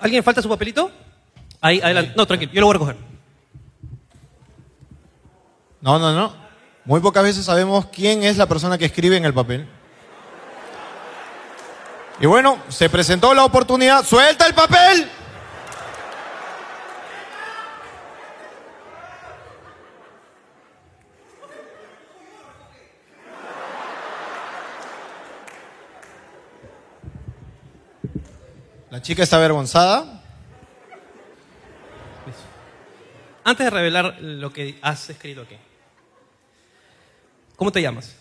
¿Alguien falta su papelito? Ahí, adelante. No, tranquilo, yo lo voy a recoger. No, no, no. Muy pocas veces sabemos quién es la persona que escribe en el papel. Y bueno, se presentó la oportunidad. ¡Suelta el papel! La chica está avergonzada. Antes de revelar lo que has escrito aquí. ¿Cómo te llamas?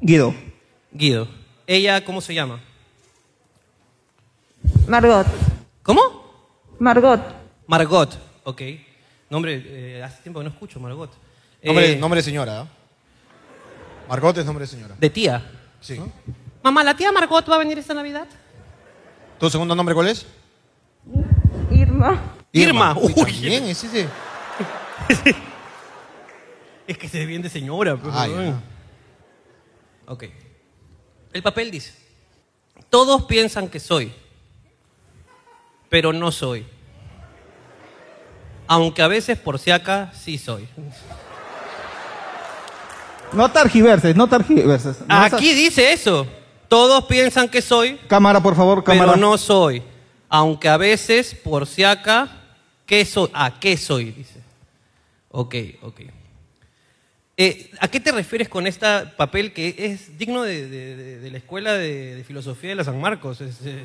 Guido. Guido. ¿Ella cómo se llama? Margot. ¿Cómo? Margot. Margot. Ok. Nombre, eh, hace tiempo que no escucho Margot. Nombre, Eh, nombre de señora. ¿ah? Margot es nombre de señora. De tía. Sí. Mamá, ¿la tía Margot va a venir esta Navidad? ¿Tu segundo nombre cuál es? Irma. Irma. Uy, Uy. también, ese sí. Es que se ve bien de señora. pues, pero- Ah, ya. Ok. El papel dice, todos piensan que soy, pero no soy. Aunque a veces por si acá sí soy. No targiverses, no targiverses. No vas a- Aquí dice eso. Todos piensan que soy, Cámara, por favor, cámara. pero no soy. Aunque a veces por si acá, ¿qué soy? ¿A qué soy? Dice. Ok, ok. Eh, ¿A qué te refieres con este papel que es digno de, de- de- de la Escuela de, de Filosofía de la San Marcos? Es, eh,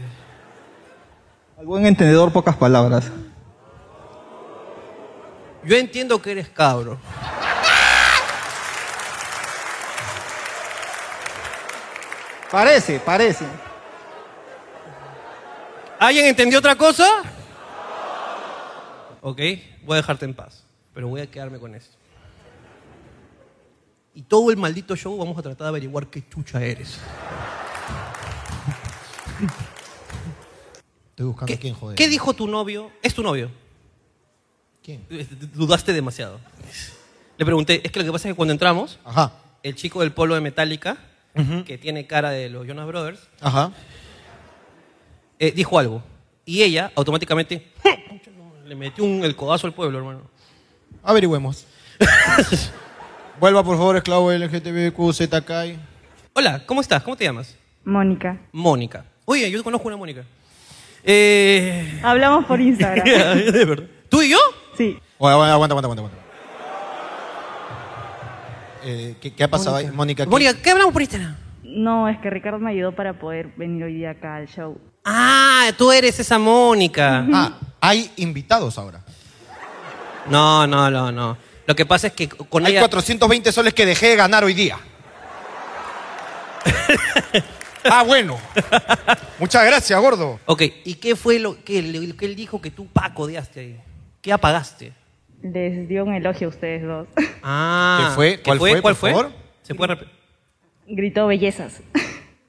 Al buen entendedor, pocas palabras. Yo entiendo que eres cabro. Parece, parece. ¿Alguien entendió otra cosa? Ok, voy a dejarte en paz, pero voy a quedarme con esto. Y todo el maldito show vamos a tratar de averiguar qué chucha eres. Estoy buscando ¿Qué, quién joder. qué dijo tu novio? Es tu novio. ¿Quién? Eh, Dudaste demasiado. Le pregunté, es que lo que pasa es que cuando entramos, Ajá, el chico del polo de Metallica, que tiene cara de los Jonas Brothers, ajá. eh, dijo algo. Y ella automáticamente le metió un, el codazo al pueblo, hermano. Averigüemos. Vuelva, por favor, esclavo LGTBQ, ZK. Hola, ¿cómo estás? ¿Cómo te llamas? Mónica. Mónica. Oye, yo conozco una Mónica. Eh... Hablamos por Instagram. de verdad. ¿Tú y yo? Sí. Oye, oye, Aguanta, aguanta, aguanta. aguanta. Eh, ¿qué, qué ha pasado ahí? Mónica? ¿qué- Mónica, ¿qué hablamos por Instagram? No, es que Ricardo me ayudó para poder venir hoy día acá al show. Ah, tú eres esa Mónica. Ah, hay invitados ahora. No, no, no, no. Lo que pasa es que con Hay ella... 420 soles que dejé de ganar hoy día. ah, bueno. Muchas gracias, gordo. Ok, ¿y qué fue lo que, lo que él dijo que tú, Paco, odiaste ahí? ¿Qué apagaste? Les dio un elogio a ustedes dos. Ah. ¿Qué fue? ¿Cuál fue, ¿Cuál por fue? favor? ¿Se puede repetir? Gritó bellezas.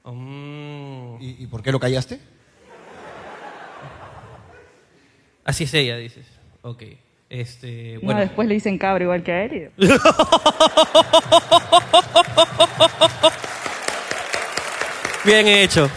Mm. ¿Y, y por qué lo callaste? Así es ella, dices. Ok. Este, No, bueno. después le dicen cabro igual que a él. y- Bien hecho.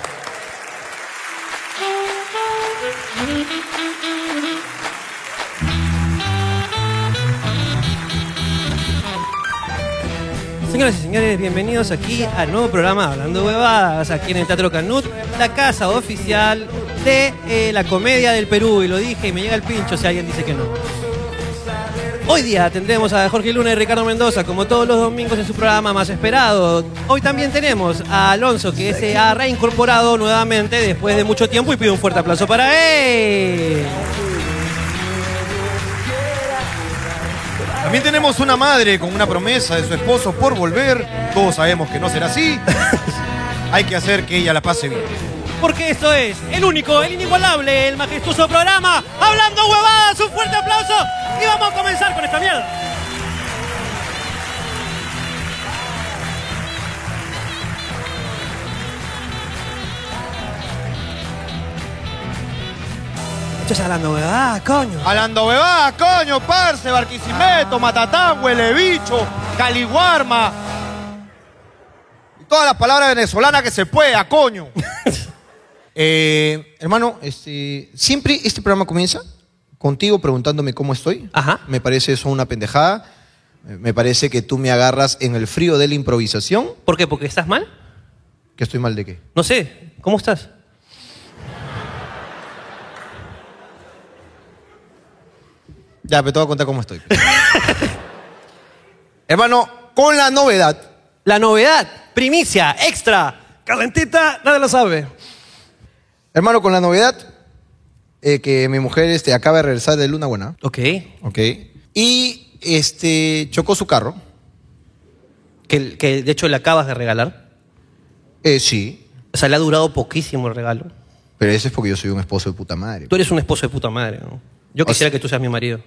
Señoras y señores, bienvenidos aquí al nuevo programa Hablando Huevadas, aquí en el Teatro Canut, la casa oficial de eh, la comedia del Perú. Y lo dije y me llega el pincho si alguien dice que no. Hoy día tendremos a Jorge Luna y Ricardo Mendoza, como todos los domingos en su programa más esperado. Hoy también tenemos a Alonso, que se ha reincorporado nuevamente después de mucho tiempo y pido un fuerte aplauso para él. También tenemos una madre con una promesa de su esposo por volver. Todos sabemos que no será así. Hay que hacer que ella la pase bien. Porque esto es el único, el inigualable, el majestuoso programa Hablando Huevadas. Un fuerte aplauso y vamos a comenzar con esta mierda. Estás hablando huevadas, coño. Hablando bebá, coño, parce, Ah. Barquisimeto, Matatán, huele bicho, Caliguarma. Y todas las palabras venezolanas que se pueda, coño. Eh, hermano, este, siempre este programa comienza contigo preguntándome cómo estoy. Ah. Ajá. Me parece eso una pendejada. Eh, Me parece que tú me agarras en el frío de la improvisación. ¿Por qué? ¿Porque estás mal? ¿Que estoy mal de qué? No sé. ¿Cómo estás? Ya, pero te voy a contar cómo estoy. hermano, con la novedad. La novedad, primicia, extra, calentita, nadie lo sabe. Hermano, con la novedad eh, que mi mujer este, acaba de regresar de Luna Buena. Ok. Ok. Y este, chocó su carro. Que, que, de hecho le acabas de regalar. Eh, sí. O sea, le ha durado poquísimo el regalo. Pero eso es porque yo soy un esposo de puta madre. Tú eres un esposo de puta madre, ¿no? Yo O quisiera sea- que tú seas mi marido.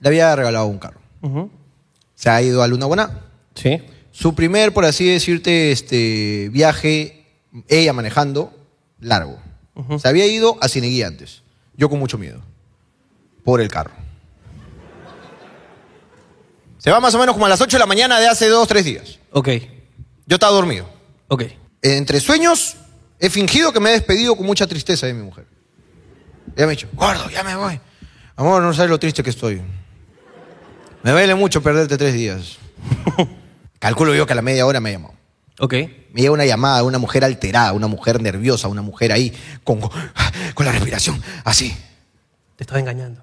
Le había regalado un carro. Se ha ido a Luna Buena. Sí. Su primer, por así decirte, este viaje, ella manejando, largo. Se había ido a Cineguía antes. Yo con mucho miedo. Por el carro. Se va más o menos como a las 8 de la mañana de hace dos, tres días. Ok. Yo estaba dormido. Ok. Entre sueños, he fingido que me he despedido con mucha tristeza de mi mujer. Ella me ha dicho, gordo, ya me voy. Amor, no sabes lo triste que estoy. Me duele mucho perderte tres días. Calculo yo que a la media hora me ha llamado. Ok. Me llega una llamada de una mujer alterada, una mujer nerviosa, una mujer ahí con, con la respiración así. Te estaba engañando.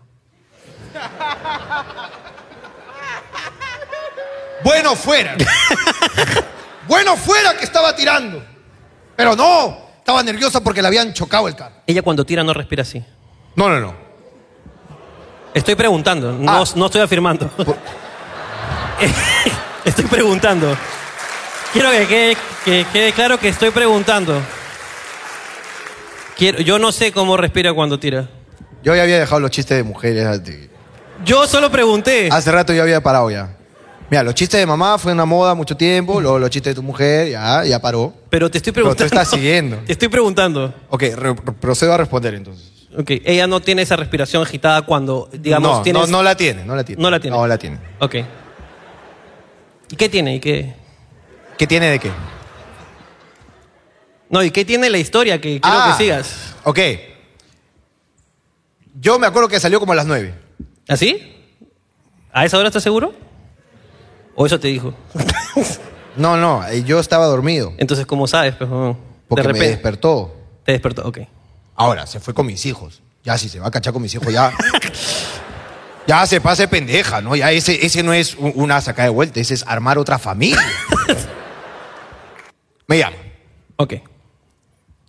Bueno fuera. bueno fuera que estaba tirando. Pero no, estaba nerviosa porque le habían chocado el carro. Ella cuando tira no respira así. No, no, no. Estoy preguntando, no, Ah. no estoy afirmando. estoy preguntando. Quiero que quede, que quede claro que estoy preguntando. Quiero, yo no sé cómo respira cuando tira. Yo ya había dejado los chistes de mujeres. de- Yo solo pregunté. Hace rato yo había parado Oh, ya. Mira, los chistes de mamá fue una moda mucho tiempo, luego los chistes de tu mujer, ya, ya paró. Pero te estoy Pero tú preguntando. estás siguiendo. Te estoy preguntando. Ok, re- procedo a responder entonces. Ok, ella no tiene esa respiración agitada cuando, digamos, no, tienes- no, no la tiene, no la tiene. No la tiene. No la tiene. Ok. ¿Y qué tiene? ¿Y qué? ¿Qué tiene de qué? No, ¿y qué tiene la historia que quiero Ah, que sigas? Ok. Yo me acuerdo que salió como a las 9. ¿Así? ¿Ah, ¿A esa hora estás seguro? ¿O eso te dijo? No, no, eh, yo estaba dormido. Entonces, ¿cómo sabes? Pues, huevón? de Porque me repente despertó. te despertó. Ok. Ahora, se fue con mis hijos. Ya, si se va a cachar con mis hijos, ya. ya se pase pendeja, ¿no? Ya ese, ese no es un- una saca de vuelta, ese es armar otra familia. me llama. Ok.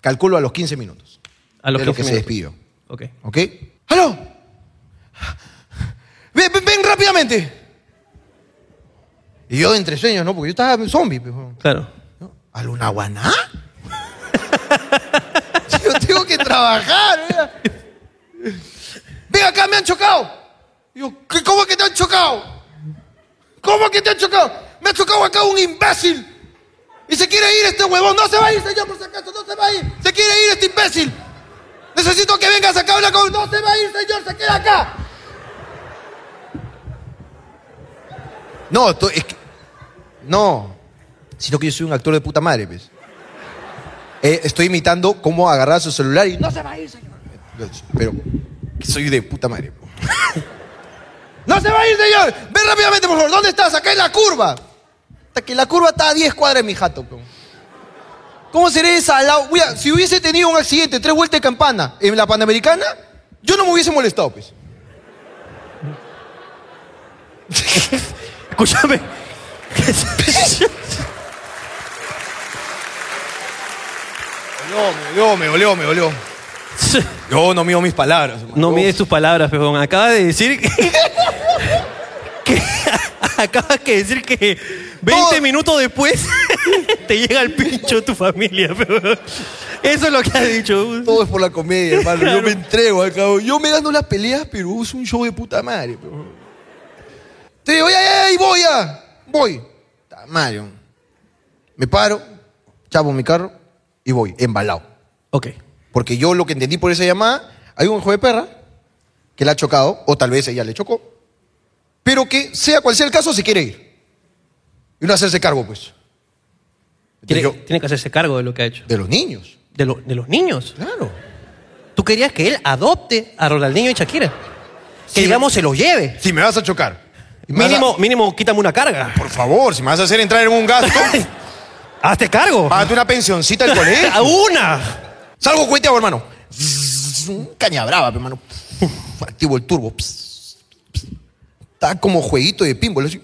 Calculo a los 15 minutos. A los de lo 15 que se minutos. despidió. Ok. ¿Ok? ¡Aló! ¡Ven, ven, ven rápidamente! Y yo entre sueños, ¿no? Porque yo estaba zombie. pues, ¿no? Claro. ¿A Luna Guaná? yo tengo que trabajar. mira. Ven acá, me han chocado. Y Yo, "¿Qué- ¿Cómo que te han chocado? ¿Cómo que te han chocado? Me ha chocado acá un imbécil. Y se quiere ir este huevón. No se va a ir, señor, por si acaso. No se va a ir. Se quiere ir este imbécil. Necesito que vengas acá a hablar con... No se va a ir, señor. Se queda acá. No, to- es que- No. Sino que yo soy un actor de puta madre, pues. Eh, estoy imitando cómo agarrar su celular y... No se va a ir, señor. Pero que soy de puta madre. po. ¡No se va a ir, señor! Ven rápidamente, por favor. ¿Dónde estás? Acá en la curva. Hasta que la curva está a 10 cuadras de mi jato, po. ¿Cómo seré esa la... Mira, si hubiese tenido un accidente, tres vueltas de campana en la Panamericana, yo no me hubiese molestado, pues. Escúchame. Olió, me olió, me olió, me olió. Yo no mido mis palabras. hermano. No mides tus palabras, pejón. Acabas de decir que. que- acabas de decir que 20 No. minutos después te llega el pincho tu familia, pejón. Eso es lo que has dicho. Todo es por la comedia, hermano. Yo me entrego al cabo. Yo me gano las peleas, pero es un show de puta madre. pero- Te digo, ya, ya, ya, y voy, ya. Voy. Ta madre. hombre. Me paro, chavo mi carro y voy, embalado. Ok. Porque yo lo que entendí por esa llamada, hay un hijo de perra que la ha chocado, o tal vez ella le chocó, pero que, sea cual sea el caso, se quiere ir. Y no hacerse cargo, pues. Tiene, Yo- tiene que hacerse cargo de lo que ha hecho. de los niños. De, lo- de los niños. Claro. Tú querías que él adopte a Ronaldinho y Shakira. Que Sí. digamos se los lleve. Si me vas a chocar. y me vas a- Mínimo, mínimo, quítame una carga. por favor, si me vas a hacer entrar en un gasto, Hazte cargo. págate una pensioncita al colegio. A una. Salgo cueteado, hermano. Un Caña brava, hermano. Activo el turbo. Está como jueguito de pinball. así.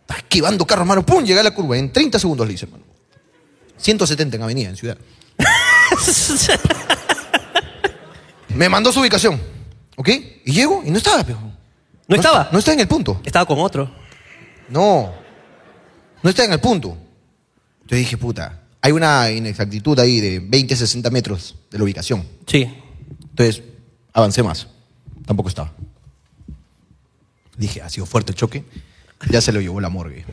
Está esquivando carro, hermano. Pum, llega a la curva. En 30 segundos le hice, hermano. 170 en avenida, en ciudad. Me mandó su ubicación. ¿Ok? Y llego y no estaba, pejo. ¿No estaba? No está en el punto. Estaba con otro. No. No está en el punto. Yo dije, puta, hay una inexactitud ahí de 20, 60 metros de la ubicación. Sí. Entonces, avancé más. Tampoco estaba. Dije, ha sido fuerte el choque. Ya se lo llevó la morgue.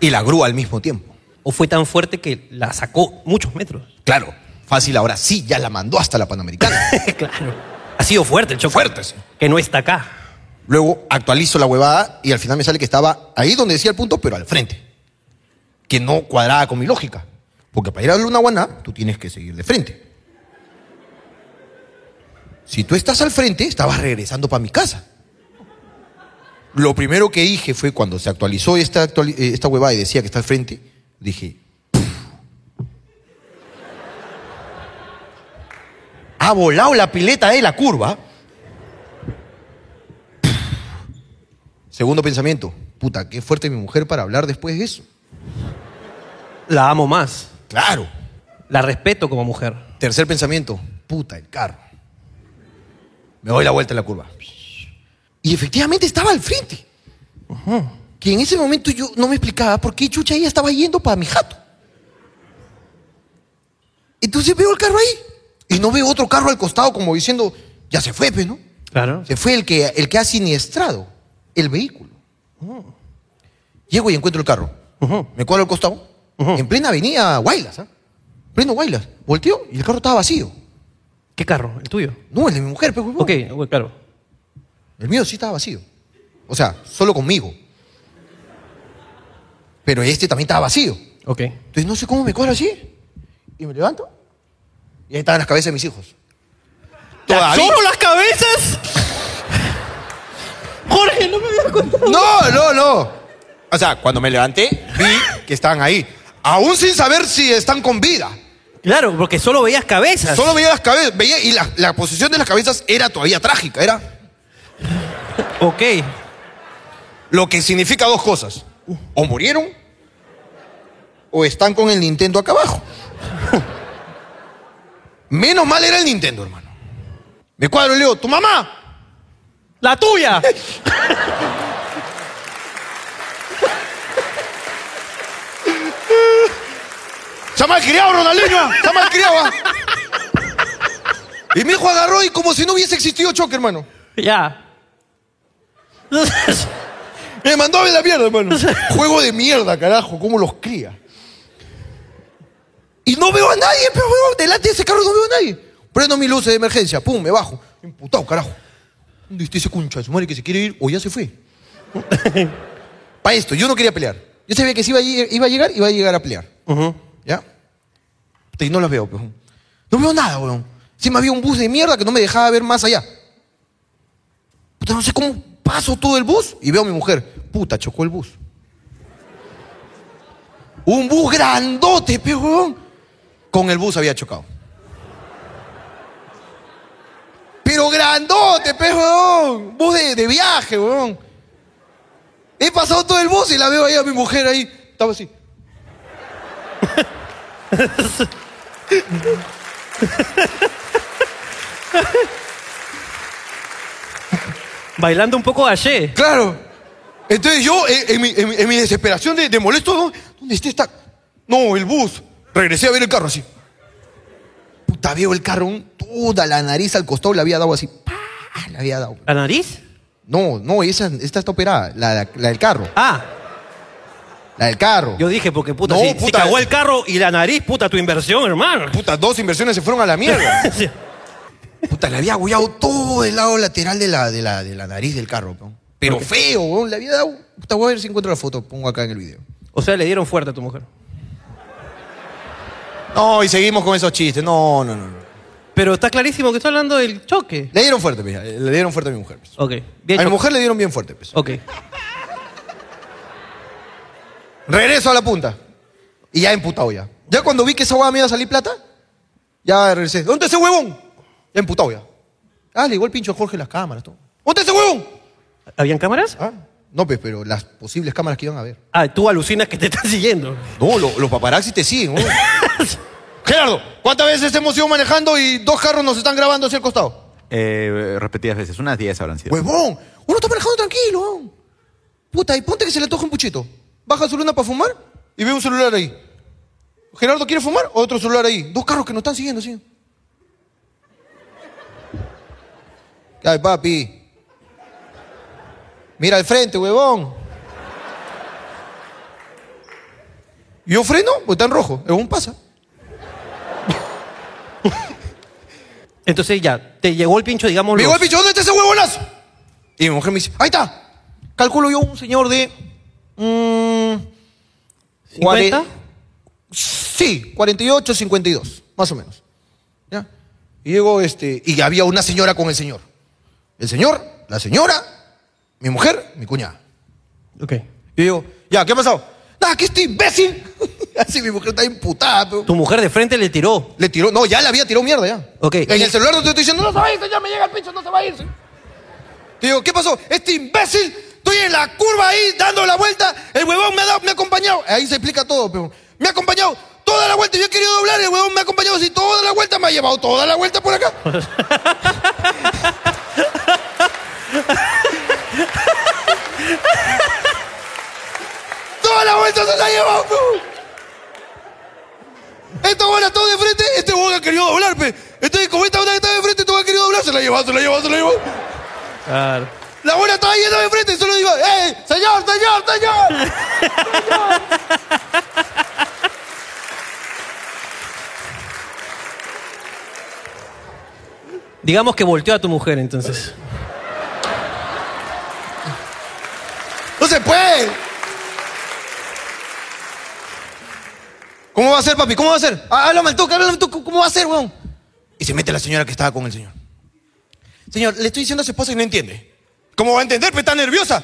y la grúa al mismo tiempo. O fue tan fuerte que la sacó muchos metros. Claro, fácil ahora sí, ya la mandó hasta la Panamericana. claro. Ha sido fuerte el choque. Fuerte, sí. Que no está acá. Luego actualizo la huevada y al final me sale que estaba ahí donde decía el punto, pero al frente. Que no cuadraba con mi lógica. Porque para ir a la Luna Guaná, tú tienes que seguir de frente. Si tú estás al frente, estabas regresando para mi casa. Lo primero que dije fue cuando se actualizó esta, actuali- eh, esta huevada y decía que está al frente, dije. "Puf". Ha volado la pileta de la curva. Segundo pensamiento, puta, qué fuerte mi mujer para hablar después de eso. La amo más. Claro. La respeto como mujer. Tercer pensamiento, puta, el carro. Me doy la vuelta en la curva. Y efectivamente estaba al frente. Que en ese momento yo no me explicaba por qué chucha ella estaba yendo para mi jato. Entonces veo el carro ahí. Y no veo otro carro al costado como diciendo, ya se fue, pues, ¿no? Claro. Se fue el que, el que ha siniestrado el vehículo. Llego y encuentro el carro. Me cuadro al costado. En plena avenida Guaylas, ¿ah? Pleno Guaylas. Volteo y el carro estaba vacío. ¿Qué carro? ¿El tuyo? No, el de mi mujer, pero Ok, ok, claro. El mío sí estaba vacío. O sea, solo conmigo. Pero este también estaba vacío. Ok. Entonces no sé cómo me cuadro así. Y me levanto. Y ahí estaban las cabezas de mis hijos. Todavía- ¿Solo las cabezas? Jorge, no me había contado. No, no, no. O sea, cuando me levanté, vi que estaban ahí. Aún sin saber si están con vida. Claro, porque solo veías cabezas. Solo veía las cabezas. Veía, y la, la posición de las cabezas era todavía trágica. Era Ok. lo que significa dos cosas. O murieron, o están con el Nintendo acá abajo. Menos mal era el Nintendo, hermano. Me cuadro y leo, tu mamá. ¡La tuya! Se ha malcriado, Ronaldinho. ah! Se ha malcriado. ah". Y mi hijo agarró y como si no hubiese existido choque, hermano. ya. Me mandó a ver la mierda, hermano. Juego de mierda, carajo, cómo los cría. Y no veo a nadie, pero weón, delante de ese carro no veo a nadie. Prendo mi luces de emergencia, pum, me bajo. Imputado, carajo. ¿Dónde está ese concha de su madre que se quiere ir o ya se fue? Para esto, yo no quería pelear. Yo sabía que si iba a, lle- iba a llegar, iba a llegar a pelear. ¿Ya? Puta, Y no las veo, weón. No veo nada, weón. Encima había un bus de mierda que no me dejaba ver más allá. Puta, no sé cómo paso todo el bus y veo a mi mujer. Puta, chocó el bus. Un bus grandote, pe, huevón. Con el bus había chocado. Pero grandote, pe, huevón. Bus de, de viaje, huevón. He pasado todo el bus y la veo ahí a mi mujer ahí. Estaba así. Bailando un poco ayer. Claro. Entonces yo, eh, en, mi, en mi- en mi desesperación de, de molesto, ¿dó- ¿dónde está esta? No, el bus. Regresé a ver el carro así. Puta, veo el carro, un- toda la nariz al costado le había dado así. ¡Pah! Le había dado. ¿La nariz? No, no, esa, esta está operada. La, la- la del carro. Ah, La del carro. yo dije porque puta, No, si, si puta. cagó el carro y la nariz, puta, tu inversión, hermano. Puta, dos inversiones se fueron a la mierda. Puta, le había agullado todo el lado lateral de la, de la, de la nariz del carro. ¿no? Pero feo, weón. Le había dado. Puta, voy a ver si encuentro la foto. Pongo acá en el video. O sea, le dieron fuerte a tu mujer. No, y seguimos con esos chistes. No, no, no. no. Pero está clarísimo que estoy hablando del choque. Le dieron fuerte, pues, ya. Le dieron fuerte a mi mujer. pues. Ok. A Bien mi choque. mujer le dieron bien fuerte, pues. Ok. Regreso a la punta. Y ya emputado ya. Ya cuando vi que esa hueá me iba a salir plata, ya regresé. ¿Dónde está ese huevón? Ya emputado ya. Ah, le igual pincho a Jorge las cámaras, todo. ¿Dónde está ese huevón? ¿Habían cámaras? Ah, no, pues, pero las posibles cámaras que iban a ver. Ah, tú alucinas que te están siguiendo. No, lo- los paparazzi te siguen, huevón. Gerardo, ¿cuántas veces hemos ido manejando y dos carros nos están grabando hacia el costado? Eh, repetidas veces, unas 10 habrán sido. Huevón, uno está manejando tranquilo, huevón. Puta, y ponte que se le toque un puchito. Baja su luna para fumar y ve un celular ahí. Gerardo quiere fumar, otro celular ahí. Dos carros que nos están siguiendo, sí. Ay, papi. Mira al frente, huevón. Yo freno, pues está en rojo. El huevón pasa. Entonces ya, te llegó el pincho, digamos. Me los- digo, "Ay, picho, ¿dónde está ese huevonazo? Y mi mujer me dice, ahí está. Calculo yo un señor de... mm, cuare- ¿cincuenta? Sí, 48, 52, más o menos. ¿Ya? Y llego, este, y había una señora con el señor. El señor, la señora, mi mujer, mi cuñada. Ok. Y digo, ya, ¿qué ha pasado? Nada, que este imbécil. Así mi mujer está imputada, pero- Tu mujer de frente le tiró. Le tiró, no, ya le había tirado mierda ya. Ok. En el celular no te estoy diciendo, no se va a ir, ya me llega el pincho, no se va a ir. Te digo, ¿qué pasó? Este imbécil, estoy en la curva ahí, dando la vuelta, el huevón me ha, dado- me ha acompañado. Ahí se explica todo, pero me ha acompañado toda la vuelta, yo he querido doblar, el huevón me ha acompañado así toda la vuelta, me ha llevado toda la vuelta por acá. toda la vuelta se la ha llevado, huevón. Esta bola está de frente, este huevón ha querido doblar, pe. Entonces, como esta bola que está de frente, este huevón ha querido doblar, se la ha llevado, se la ha llevado, se la ha llevado. Claro. La abuela estaba yendo de frente y solo digo, ¡eh! ¡Señor, señor, señor! ¡Señor! Digamos que volteó a tu mujer entonces. ¡No se puede! ¿Cómo va a ser, papi? ¿Cómo va a ser? Ah, Háblame tú, háblame tú, ¿cómo va a ser, weón? Y se mete la señora que estaba con el señor. Señor, le estoy diciendo a su esposa y no entiende. ¿Cómo va a entender? Pero está nerviosa.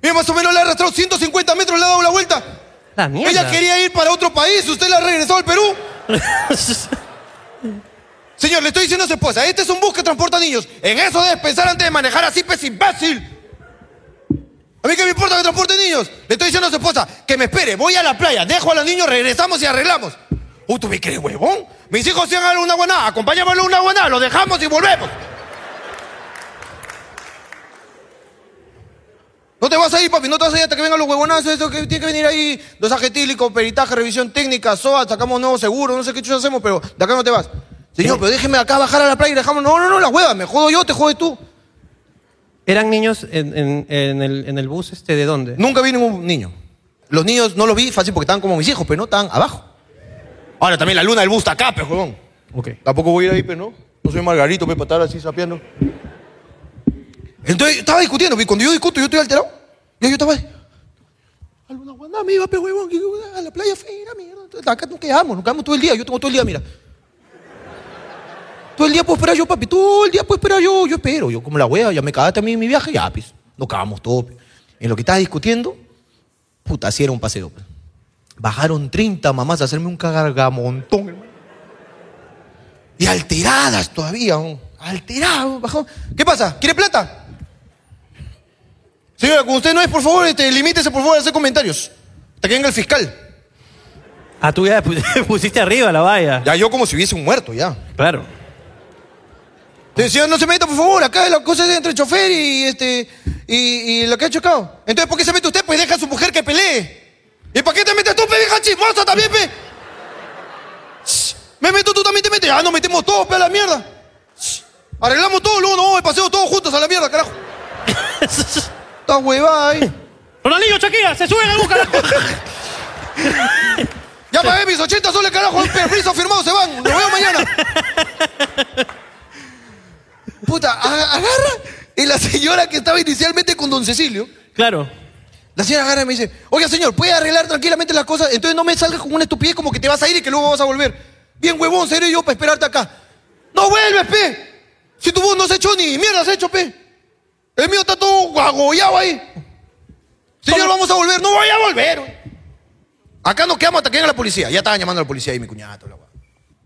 Mira, más o menos la ha arrastrado 150 metros, le ha dado la vuelta. La mierda. Ella quería ir para otro país, usted la ha regresado al Perú. Señor, le estoy diciendo a su esposa, este es un bus que transporta niños. En eso debes pensar antes de manejar así, pez imbécil. A mí qué me importa que transporte niños. Le estoy diciendo a su esposa que me espere, voy a la playa, dejo a los niños, regresamos y arreglamos. Uh, ¿tú me crees, huevón? Mis hijos se han dado una guaná, acompáñamoslo a una guaná, lo dejamos y volvemos. No te vas a ir, papi, no te vas a ir hasta que vengan los huevonazos, eso que tiene que venir ahí, los agetílicos, peritaje, revisión técnica, SOA, sacamos nuevos seguros, no sé qué chuchas hacemos, pero de acá no te vas. Señor, pero déjeme acá bajar a la playa y dejamos. No, no, no, la hueva, me jodo yo, te jodes tú. ¿Eran niños en, en- en el, en el bus este de dónde? Nunca vi ningún niño. Los niños no los vi fácil porque estaban como mis hijos, pero no estaban abajo. Ahora también la luna del bus está acá, pero huevón. Ok. Tampoco voy a ir ahí, pero no. No soy Margarito, pe, para estar así sapeando. Entonces, estaba discutiendo, pe, cuando yo discuto, yo estoy alterado. Yo, yo estaba. A Luna Guaná me iba, pe, huevón, que- a la playa fea, mierda. Entonces, Acá nos quedamos, nos quedamos todo el día. Yo tengo todo el día, mira. Todo el día puedo esperar yo, papi. Todo el día puedo esperar yo. Yo espero. Yo como la hueva, ya me cagaste a mí en mi viaje. Ya, pues. Nos cagamos todos. pe. En lo que estaba discutiendo, puta, así era un paseo. pe. Bajaron 30 mamás a hacerme un cagargamontón, hermano. Y alteradas todavía, ¿no? alteradas, ¿no? bajó. ¿Qué pasa? ¿Quiere plata? Señora, como usted no es, por favor, este, limítese, por favor, a hacer comentarios. Hasta que venga el fiscal. Ah, tú ya pu- pusiste arriba la valla. Ya yo como si hubiese un muerto, ya. Claro. Entonces, señor, no se meta, por favor, acá la cosa es entre el chofer y este y, y lo que ha chocado. Entonces, ¿por qué se mete usted? Pues deja a su mujer que pelee. ¿Y para qué te metes tú, pe, vieja chismosa también, pe? Shh, Me meto, tú también te metes. Ah, nos metemos todos, pe, a la mierda. Shh, Arreglamos todo, luego nos vamos de paseo todos juntos a la mierda, carajo. Estás huevada eh. ahí. Ronaldinho Shakira, se suben al bus, carajo. Ya pagué mis 80 soles, carajo, un permiso firmado, se van. Lo veo mañana. Puta, a- agarra Y la señora que estaba inicialmente con don Cecilio, Claro. la señora agarra y me dice, oiga señor, ¿puede arreglar tranquilamente las cosas? Entonces no me salgas con una estupidez como que te vas a ir y que luego vas a volver. Bien huevón, seré yo para esperarte acá. ¡No vuelves, pe! Si tu voz no se echó ni mierda has hecho, pe. El mío está todo agollado ahí. Señor, vamos a volver. No voy a volver. Acá nos quedamos hasta que venga la policía. Ya estaban llamando a la policía ahí, mi cuñado. toda la guada.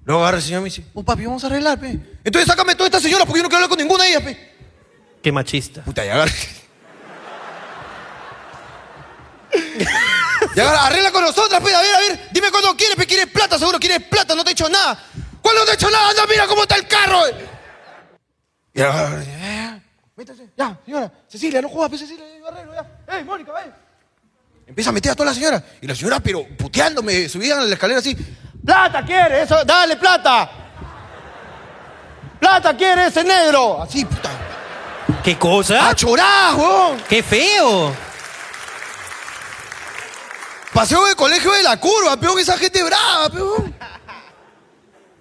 Luego agarra el señor y me dice, oh papi, vamos a arreglar, pe. Entonces sácame todas estas señoras porque yo no quiero hablar con ninguna de ellas, pe. Qué machista. Puta, ya agarra. ya agarra, arregla con nosotras, pues, a ver, a ver, dime cuándo quieres, pues, quieres plata, seguro quieres plata, no te he hecho nada. ¿Cuándo no te he hecho nada? Anda, mira cómo está el carro. Y agarra, eh, métase, ya, señora, Cecilia, no juegas, pues, Cecilia, yo arreglo, ya. ¡Ey, Mónica, ven! Empieza a meter a todas las señoras. Y las señoras, pero puteándome, subían a la escalera así. ¡Plata quiere! Eso, ¡Dale, plata! ¡Plata quiere ese negro! Así, puta. ¿Qué cosa? ¡Ah, chorá, huevón! ¡Qué feo! Paseo de colegio de la curva, peón, esa gente brava, peón.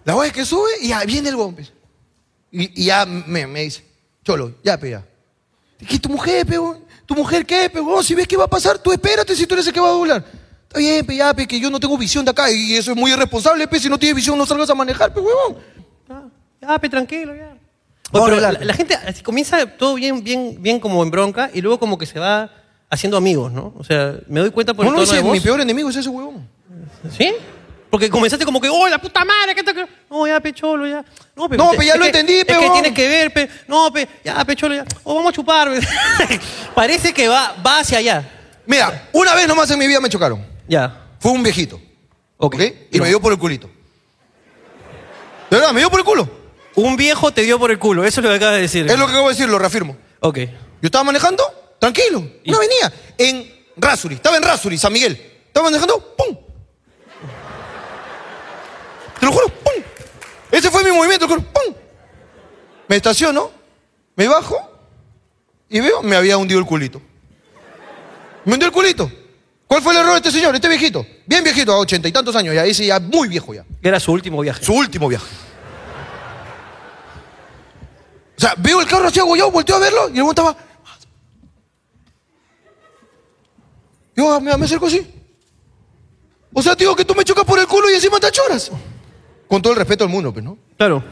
La wea es que sube y ya viene el bombes. Y, y ya me, me dice, Cholo, ya pega. ¿Qué tu mujer, peón? ¿Tu mujer qué, peón? Oh, Si ves que va a pasar, tú espérate si tú eres el que va a doblar. Está bien, pe, ya, pe, que yo no tengo visión de acá y eso es muy irresponsable, pe, si no tienes visión no salgas a manejar, pe, huevón. Ah, Ya, pe, tranquilo, ya. Vamos pero a la, hablar. la gente así comienza todo bien, bien, bien como en bronca y luego como que se va haciendo amigos, ¿no? O sea, me doy cuenta por No, el no, tono de dice, voz. mi peor enemigo es ese huevón. ¿Sí? Porque comenzaste como que, ¡oh, la puta madre! ¿qué tal que-?" No, ya, pecholo, ya. No, pe, No, es- pe, ya es lo que- entendí, pe, Es que huevón. tienes que ver, pe. No, pe, ya, pecholo, ya. O vamos a chupar. pe. Parece que va, va hacia allá. Mira, una vez nomás en mi vida me chocaron. Ya. Fue un viejito. Ok. ¿ok? Y me dio por el culito. De verdad, me dio por el culo. Un viejo te dio por el culo, eso es lo que acabas de decir. Es lo que acabo de decir, lo reafirmo. Ok. Yo estaba manejando, tranquilo, ¿Y? una avenida, en Rasuri, estaba en Rasuri, San Miguel. Estaba manejando, ¡pum! Te lo juro, ¡pum! Ese fue mi movimiento, te lo juro, ¡pum! Me estaciono, me bajo y veo, me había hundido el culito. Me hundió el culito. ¿Cuál fue el error de este señor, este viejito? Bien viejito, a ochenta y tantos años ya, ese ya muy viejo ya. Era su último viaje. Su último viaje. O sea, veo el carro así agollado, volteo a verlo y el huevón estaba. Yo ah, me, me acerco así. O sea, tío, que tú me chocas por el culo y encima te achoras. Con todo el respeto al mundo, pues, ¿no? Claro.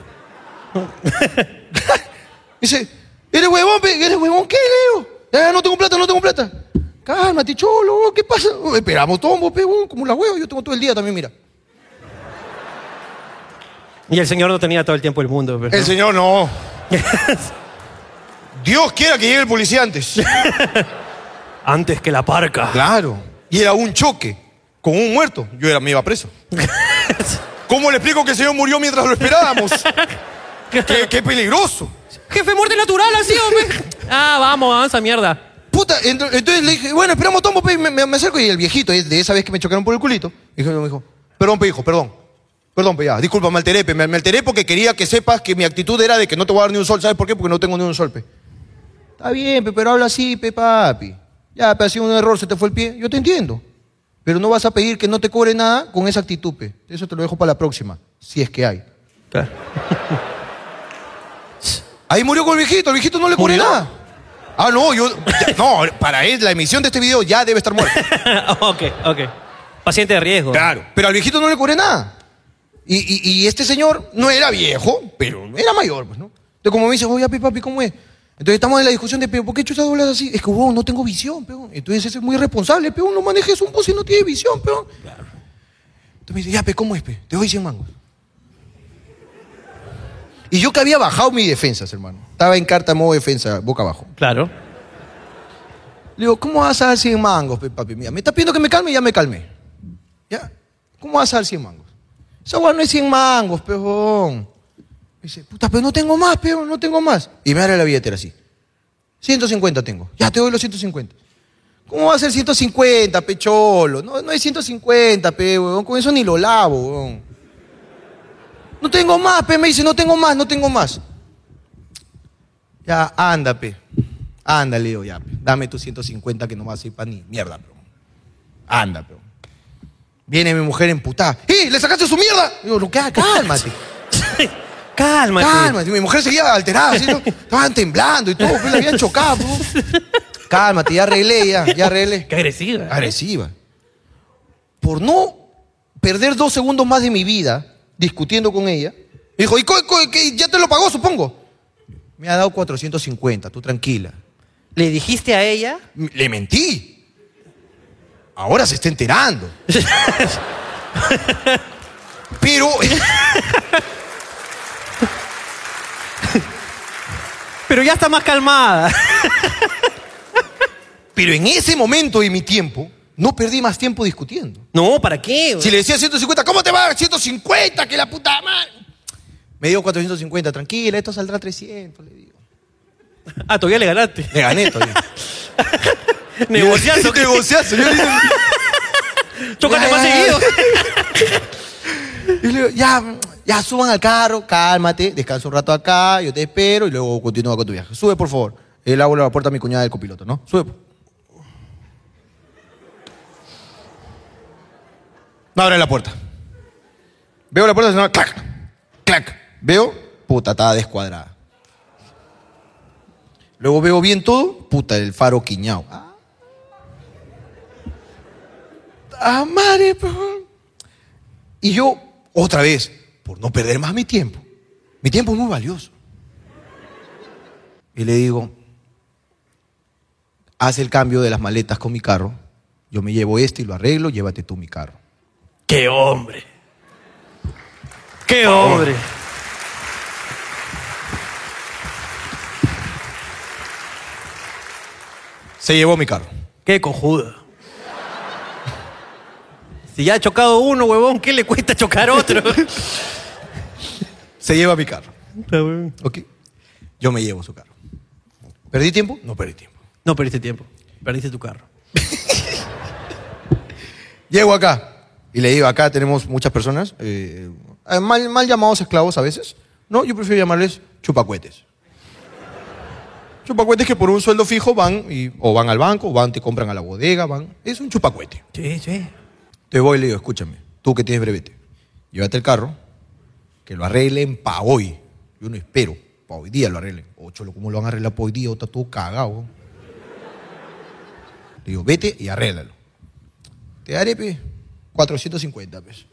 Dice, eres huevón, pe? eres huevón, ¿qué, Leo? Ya, no tengo plata, no tengo plata. Cálmate, cholo, ¿qué pasa? Oh, Esperamos tombo, pe, huevón, como la hueva, yo tengo todo el día también, mira. Y el señor no tenía todo el tiempo del mundo. pero- El señor no. Dios quiera que llegue el policía antes. Antes que la parca. Claro. Y era un choque con un muerto. Yo era, me iba preso. ¿Cómo le explico que el señor murió mientras lo esperábamos? qué, qué peligroso. Jefe, muerte natural, así, hombre. ah, vamos, avanza, mierda. Puta, ent- entonces le dije, bueno, esperamos tombo, pe, y me, me- me acerco. Y el viejito, eh, de esa vez que me chocaron por el culito, dijo, me dijo, perdón, pe, hijo, perdón. Perdón, pe, ya, disculpa, me alteré, pe, me, me alteré porque quería que sepas que mi actitud era de que no te voy a dar ni un sol. ¿Sabes por qué? Porque no tengo ni un sol, pe. Está bien, pe, pero habla así, pe, papi. Ya, pe, ha sido un error, se te fue el pie. Yo te entiendo. Pero no vas a pedir que no te cobre nada con esa actitud, pe. Eso te lo dejo para la próxima, si es que hay. Claro. Ahí murió con el viejito, el viejito no le cubre ¿Murió? nada. Ah, no, yo. ya, no, para él, la emisión de este video ya debe estar muerto. ok, ok. Paciente de riesgo. Claro. Pero al viejito no le cubre nada. Y, y- y este señor no era viejo, pero era mayor, pues, ¿no? Entonces, como me dice, oye, papi, papi, ¿cómo es? Entonces, estamos en la discusión de, pero ¿por qué chucha doblas así? Es que, wow, no tengo visión, peón. Entonces, ese es muy irresponsable, peón. No manejes un bus si no tienes visión, peón. Claro. Entonces, me dice, ya, pe, ¿cómo es, pe? Te doy 100 mangos. Y yo que había bajado mis defensas, hermano. Estaba en carta modo defensa, boca abajo. Claro. Le digo, ¿cómo vas a dar 100 mangos, pe, papi? Mira, me está pidiendo que me calme y ya me calmé. ¿Ya? ¿Cómo vas a dar 100 mangos? Esa hueá no es 100 mangos, pejón. Me dice, puta, pero no tengo más, pejón, no tengo más. Y me abre la billetera así. 150 tengo. Ya te doy los 150. ¿Cómo va a ser 150, pecholo? No, no es 150, pe, huevón. Con eso ni lo lavo, huevón. No tengo más, pe. Me dice, no tengo más, no tengo más. Ya, anda, pe. Anda, Leo, ya. pe. Dame tus 150 que no vas a ir para ni mierda, pero. Anda, pero. Viene mi mujer emputada. ¡Eh! ¡Le sacaste su mierda! Digo, lo que cálmate. Cálmate. Cálmate. Mi mujer seguía alterada, así, ¿no? estaban temblando y todo, pues la habían chocado. pues. Cálmate, ya arreglé, ya, ya arreglé. Qué agresiva. Agresiva. Por no perder dos segundos más de mi vida discutiendo con ella, me dijo, ¿y co- co- qué? ya te lo pagó, supongo? Me ha dado 450, tú tranquila. ¿Le dijiste a ella? M- Le mentí. Ahora se está enterando. Pero, Pero ya está más calmada. pero en ese momento de mi tiempo, no perdí más tiempo discutiendo. No, ¿para qué? güey? Si le decía 150, ¿cómo te va? 150, que la puta madre. Me dio 450, tranquila, esto saldrá 300, le digo. Ah, todavía le ganaste. Le gané todavía. Negociazo. Negociazo. Yo le digo, Chócate más Ya, ya, seguido. ya. yo Eh. le digo, ya, ya suban al carro, cálmate, descansa un rato acá, yo te espero y luego continúa con tu viaje. Sube, por favor. Él abre la puerta a mi cuñada del copiloto, ¿no? Sube. po. No abre la puerta. Veo la puerta, suena clac, clac. Veo, puta, estaba descuadrada. Luego veo bien todo, puta, el faro quiñao. Ah, ah madre, por favor. Y yo, otra vez, por no perder más mi tiempo, mi tiempo es muy valioso. Y le digo, haz el cambio de las maletas con mi carro, yo me llevo este y lo arreglo, llévate tú mi carro. ¡Qué hombre! ¡Qué hombre! Se llevó mi carro. ¡Qué cojudo! Si ya ha chocado uno, huevón, ¿qué le cuesta chocar otro? Se lleva mi carro. ¿Ok? Yo me llevo su carro. ¿Perdí tiempo? No perdí tiempo. no perdiste tiempo. Perdiste tu carro. Llego acá y le digo, acá tenemos muchas personas, eh, eh, mal, mal llamados esclavos a veces. No, yo prefiero llamarles chupacuetes. Chupacuetes que por un sueldo fijo van y, o van al banco, o van, te compran a la bodega, van. Es un chupacuete. Sí, sí. Te voy y le digo, escúchame, tú que tienes brevete, llévate el carro, que lo arreglen para hoy. Yo no espero, para hoy día lo arreglen. Ocho, ¿cómo lo van a arreglar para hoy día? O está todo cagado. Le digo, vete y arréglalo. Te daré, pe, 450, pues.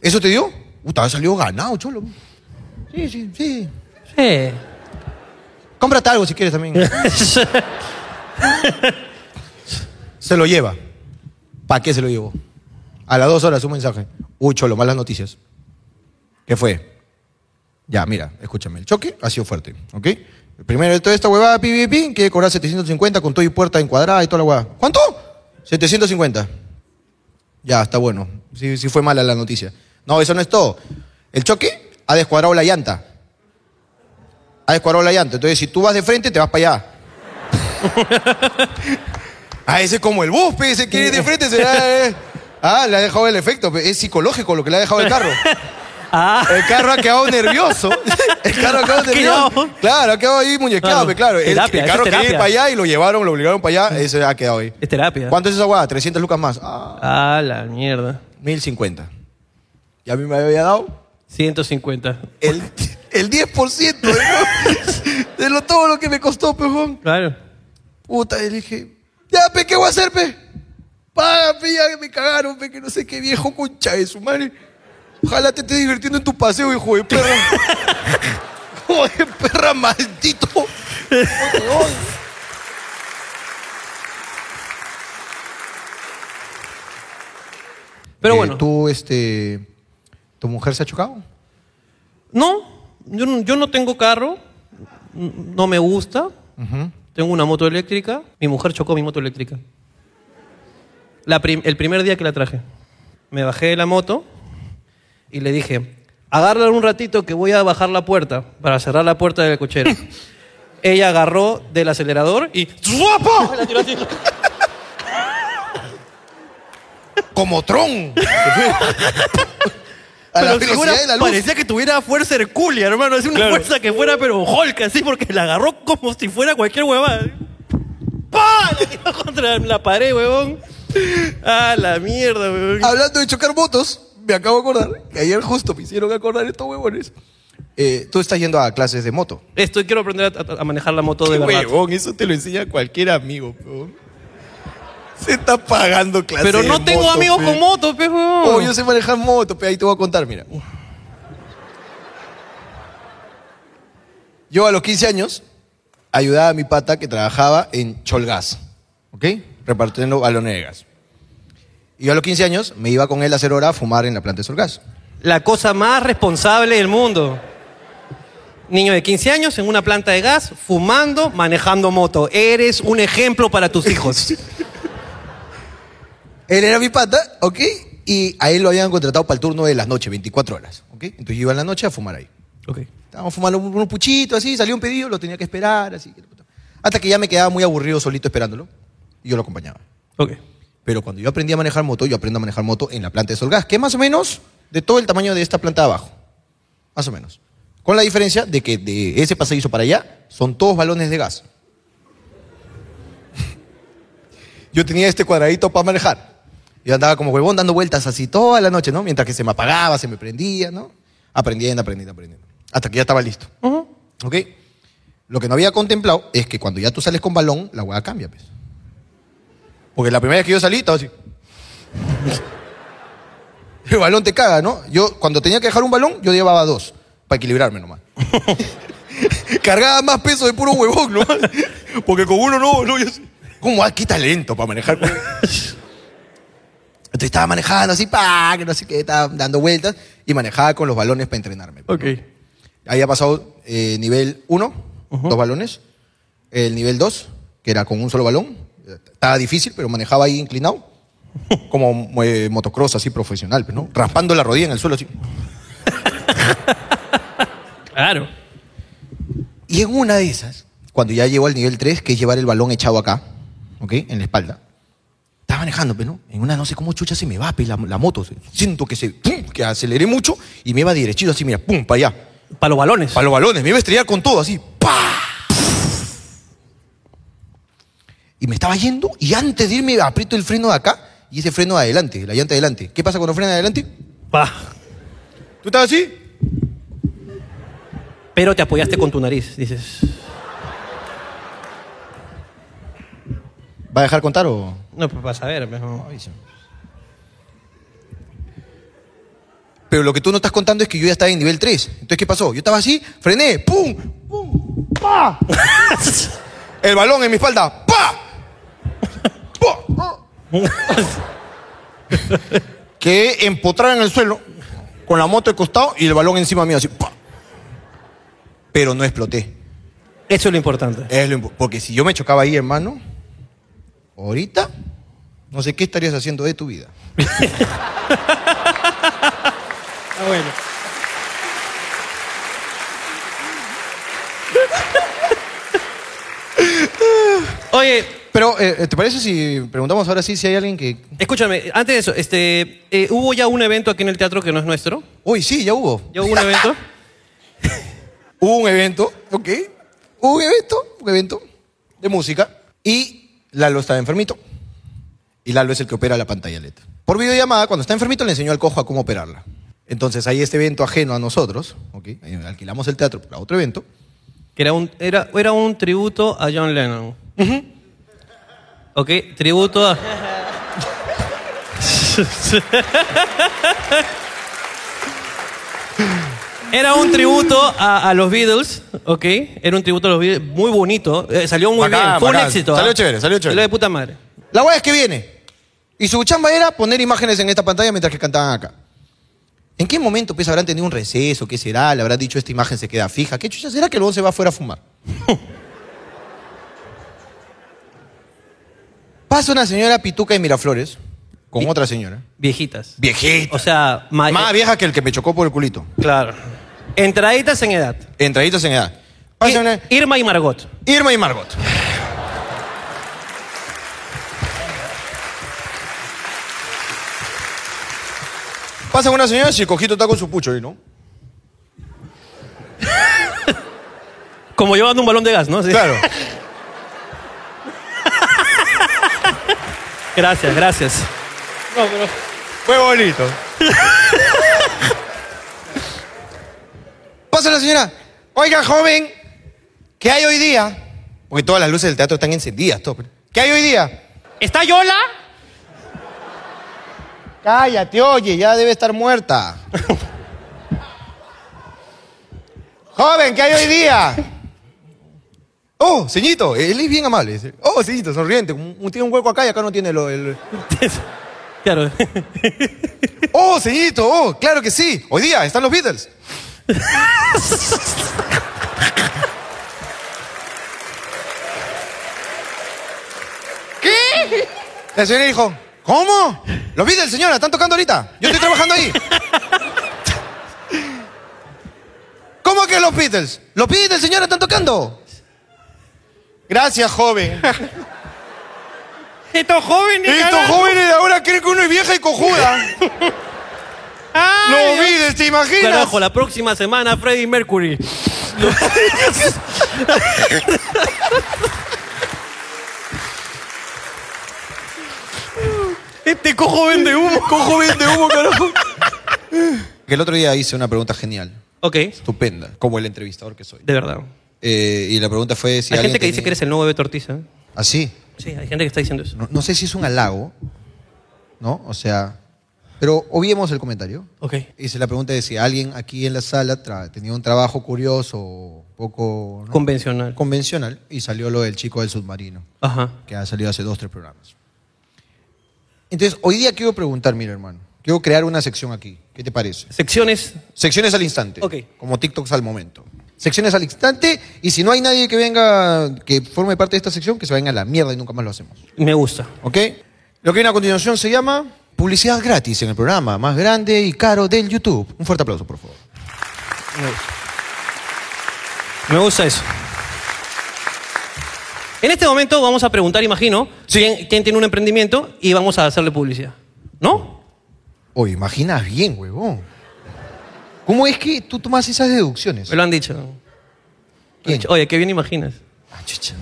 ¿Eso te dio? Puta, salió ganado, cholo. Sí, sí, sí. Sí. Cómprate algo si quieres también. Se lo lleva. ¿Para qué se lo llevó? A las dos horas un mensaje. Uy, cholo, malas noticias. ¿Qué fue? Ya, mira, escúchame. El choque ha sido fuerte, ¿ok? Primero de toda esta huevada, pi, pi, pi, que cobrar 750 con todo y puerta encuadrada y toda la huevada. ¿Cuánto? 750. Ya, está bueno. Sí, sí fue mala la noticia. No, eso no es todo. El choque ha descuadrado la llanta. Ha descuadrado la llanta. Entonces, si tú vas de frente, te vas para allá. Ah, ese es como el bus, pe, ese quiere ir de frente, se la- eh. Ah, le ha dejado el efecto, pe, es psicológico lo que le ha dejado el carro. Ah. El carro ha quedado nervioso. El carro ha quedado Ha quedado. nervioso. Claro, ha quedado ahí muñequeado, Claro. pe, claro. El, Terapia, el eso es carro quería ir terapia. para allá y lo llevaron, lo obligaron para allá, ese ha quedado ahí. Es terapia. ¿Cuánto es esa guada? 300 lucas más. Ah, Ah, la mierda. 1050. Y a mí me había dado 150. el, el 10% de lo, de lo- todo lo que me costó, pejón. Claro. Puta, y le dije, ya, pe, ¿qué voy a hacer, pe? Paga, pe, ya que me cagaron, pe, que no sé qué viejo concha de su madre. Ojalá te estés divirtiendo en tu paseo, hijo de perra. hijo de perra, maldito. Weón. Pero Eh, bueno. ¿Tú, este, tu mujer se ha chocado? No, yo no, yo no tengo carro. n- No me gusta. Tengo una moto eléctrica. Mi mujer chocó mi moto eléctrica. La prim- el primer día que la traje. Me bajé de la moto y le dije, agárrala un ratito que voy a bajar la puerta para cerrar la puerta del cochero. Ella agarró del acelerador y ¡Zuapa! La tiró así. Como Tron. a la Pero figura, velocidad de la luz. Parecía que tuviera fuerza hercúlea, hermano. Es una fuerza que fuera, pero Hulk, así, porque la agarró como si fuera cualquier huevada. ¡Pah! Le tiró contra la pared, huevón. ¡Ah, la mierda, huevón! Hablando de chocar motos, me acabo de acordar que ayer justo me hicieron acordar estos huevones. Eh, tú estás yendo a clases de moto. Esto, quiero aprender a, a manejar la moto de Qué verdad. huevón, eso te lo enseña cualquier amigo, huevón. Se está pagando clases Pero no de tengo moto, amigos pe. con moto, pe, huevón. Oh, yo sé manejar moto, pero ahí te voy a contar, mira. Yo a los 15 años ayudaba a mi pata que trabajaba en Cholgas, ¿ok? Repartiendo balones de gas. Y yo a los 15 años me iba con él a hacer hora a fumar en la planta de Cholgas. La cosa más responsable del mundo. Niño de 15 años en una planta de gas, fumando, manejando moto. Eres un ejemplo para tus hijos. Él era mi pata, ¿ok? Y a él lo habían contratado para el turno de las noches, 24 horas, ¿ok? Entonces yo iba en la noche a fumar ahí. ok. Estábamos fumando un- unos puchitos así, salió un pedido, lo tenía que esperar, así. que la puta. Hasta que ya me quedaba muy aburrido solito esperándolo y yo lo acompañaba. Ok. Pero cuando yo aprendí a manejar moto, yo aprendo a manejar moto en la planta de Solgas, que es más o menos de todo el tamaño de esta planta de abajo. Más o menos. Con la diferencia de que de ese pasadizo para allá son todos balones de gas. Yo tenía este cuadradito para manejar. Yo andaba como huevón dando vueltas así toda la noche, ¿no? Mientras que se me apagaba, se me prendía, ¿no? Aprendiendo, aprendiendo, aprendiendo. Hasta que ya estaba listo. ¿Ok? Lo que no había contemplado es que cuando ya tú sales con balón, la hueá cambia, pues. Porque la primera vez que yo salí, estaba así. El balón te caga, ¿no? Yo, cuando tenía que dejar un balón, yo llevaba dos, para equilibrarme nomás. Cargaba más peso de puro huevón, ¿no? Porque con uno no, no. yo sí. ¿Cómo? Ah, qué talento para manejar. con- Entonces estaba manejando así, pa, que no sé qué, estaba dando vueltas y manejaba con los balones para entrenarme. pues, Ok. Había pasado eh, nivel 1, dos balones. El nivel 2, que era con un solo balón. Estaba difícil, pero manejaba ahí inclinado. Como eh, motocross, así profesional, pues, ¿no? Raspando la rodilla en el suelo, así. Claro. Y en una de esas, cuando ya llegó al nivel 3, que es llevar el balón echado acá, ¿ok? En la espalda. Estaba manejando, pero ¿no? En una no sé cómo chucha se me va, pe, la, la moto. Siento que se, pum, que aceleré mucho y me iba derechito así, mira, pum, para allá. Para los balones. Para los balones, me iba a estrellar con todo así. ¡pa! Y me estaba yendo y antes de irme aprieto el freno de acá y ese freno de adelante, la llanta de adelante. ¿Qué pasa cuando frena de adelante? Pa. ¿Tú estabas así? Pero te apoyaste con tu nariz, dices. ¿Va a dejar contar o...? No, pues para saber. pues, no. Pero lo que tú no estás contando es que yo ya estaba en nivel 3. Entonces, ¿qué pasó? Yo estaba así, frené, ¡pum! ¡pum! ¡pa! El balón en mi espalda, ¡pa! ¡Pa! que empotrada en el suelo, con la moto de costado y el balón encima mío, así, ¡pa! Pero no exploté. Eso es lo importante. Es lo impo- porque si yo me chocaba ahí, hermano, ahorita, no sé qué estarías haciendo de tu vida. Ah, bueno. Oye, Pero, eh, ¿te parece si preguntamos ahora sí si hay alguien que... escúchame, antes de eso, este, eh, hubo ya un evento aquí en el teatro que no es nuestro. Uy, sí, ya hubo. Ya hubo un evento. Hubo un evento, ok. Hubo un evento, un evento de música. Y Lalo estaba enfermito. Y Lalo es el que opera la pantalla LED. Por videollamada, cuando está enfermito, le enseñó al cojo a cómo operarla. Entonces hay este evento ajeno a nosotros, ok. eh, Alquilamos el teatro para otro evento. Que era un, era, era un tributo a John Lennon. Ok, tributo a. Era un tributo a, a los Beatles, ok. Era un tributo a los Beatles, muy bonito. eh, salió muy Bacán, bien, fue un bacán. éxito. Salió ¿ah? chévere, salió chévere. Salió de puta madre. La hueá es que viene. Y su chamba era poner imágenes en esta pantalla mientras que cantaban acá. ¿En qué momento pues, habrán tenido un receso? ¿Qué será? ¿Le habrán dicho esta imagen se queda fija? ¿Qué chucha será que luego se va afuera a fumar? Pasa una señora pituca de Miraflores con otra señora. Viejitas. Viejita. O sea, ma- eh, más vieja que el que me chocó por el culito. Claro. Entraditas en edad. Entraditas en edad. Pasa una- Irma y Margot. Irma y Margot. Pasa una señora si el cojito está con su pucho ahí, ¿no? Como llevando un balón de gas, ¿no? Sí. Claro. Gracias, gracias. Fue bonito. la señora. Oiga, joven, ¿qué hay hoy día? Porque todas las luces del teatro están encendidas. Todo. ¿Qué hay hoy día? ¿Está Yola? Cállate, oye, ya debe estar muerta. Joven, ¿qué hay hoy día? Oh, ceñito, él es bien amable. dice. Oh, ceñito, sonriente. un- un- Tiene un hueco acá y acá no tiene lo, el... Claro. Oh, ceñito, oh, claro que sí. Hoy día están los Beatles. ¿Qué? La señora dijo, ¿cómo? Los Beatles, señora, están tocando ahorita. Yo estoy trabajando ahí. ¿Cómo que los Beatles? Los Beatles, señora, están tocando. Gracias, joven. Estos jóvenes. Estos carajo. jóvenes de ahora creen que uno es vieja y cojuda. Ay, Los Dios. Beatles, ¿te imaginas? Carajo, la próxima semana Freddie Mercury. Este cojo vende humo. Cojo bien de humo, carajo. Que el otro día hice una pregunta genial, ok, de estupenda, como el entrevistador que soy. verdad. Eh, y la pregunta fue si Hay alguien gente que dice tenía- que eres el nuevo Beto Ortiz. ¿eh? Así. Sí, hay gente que está diciendo eso. No, no sé si es un halago, ¿no? O sea, pero obviemos el comentario. Ok. Hice la pregunta de si alguien aquí en la sala tra- tenía un trabajo curioso, un poco ¿no? Convencional. convencional, y salió lo del chico del submarino, Ajá. que ha salido hace dos, tres programas. Entonces, hoy día quiero preguntar, mira, hermano, quiero crear una sección aquí. ¿Qué te parece? Secciones. Secciones al instante. Ok. Como TikToks al momento. Secciones al instante, y si no hay nadie que venga, que forme parte de esta sección, que se venga a la mierda y nunca más lo hacemos. Me gusta. ¿Ok? Lo que viene a continuación se llama publicidad gratis en el programa más grande y caro del YouTube. Un fuerte aplauso, por favor. Me gusta. Me gusta eso. En este momento vamos a preguntar, imagino, quién, quién tiene un emprendimiento y vamos a hacerle publicidad. ¿No? Oye, imaginas bien, huevón. ¿Cómo es que tú tomas esas deducciones? Me lo han dicho. ¿Quién? Han dicho, Oye, qué bien imaginas. Ah, chucha.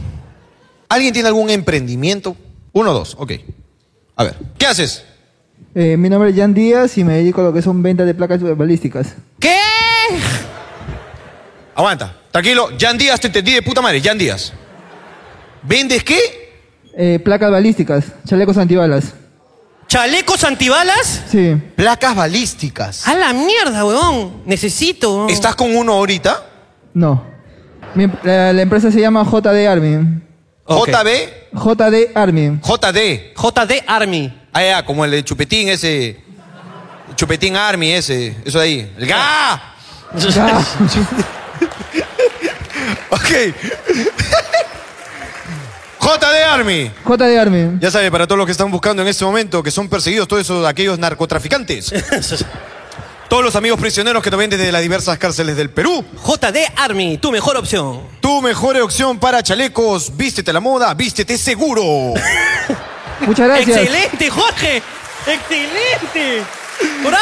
¿Alguien tiene algún emprendimiento? Uno, dos, ok. A ver, ¿qué haces? Eh, mi nombre es Jan Díaz y me dedico a lo que son ventas de placas balísticas. ¿Qué? Aguanta, tranquilo. Jan Díaz, te entendí de puta madre, Jan Díaz. ¿Vendes qué? Eh, placas balísticas, chalecos antibalas. ¿Chalecos antibalas? Sí. Placas balísticas. A la mierda, weón. Necesito. weón. ¿Estás con uno ahorita? No. Mi em- la, la empresa se llama JD Army. Ok. JB, JD Army. JD. JD Army. Ah, ya, como el de Chupetín ese. Chupetín Army ese. Eso de ahí. El ga. Ok. JD Army. JD Army. Ya sabe, para todos los que están buscando en este momento, que son perseguidos todos esos aquellos narcotraficantes. todos los amigos prisioneros que nos ven desde las diversas cárceles del Perú. JD Army, tu mejor opción. Tu mejor opción para chalecos, vístete a la moda, vístete seguro. Muchas gracias. ¡Excelente, Jorge! ¡Excelente! ¿Hola?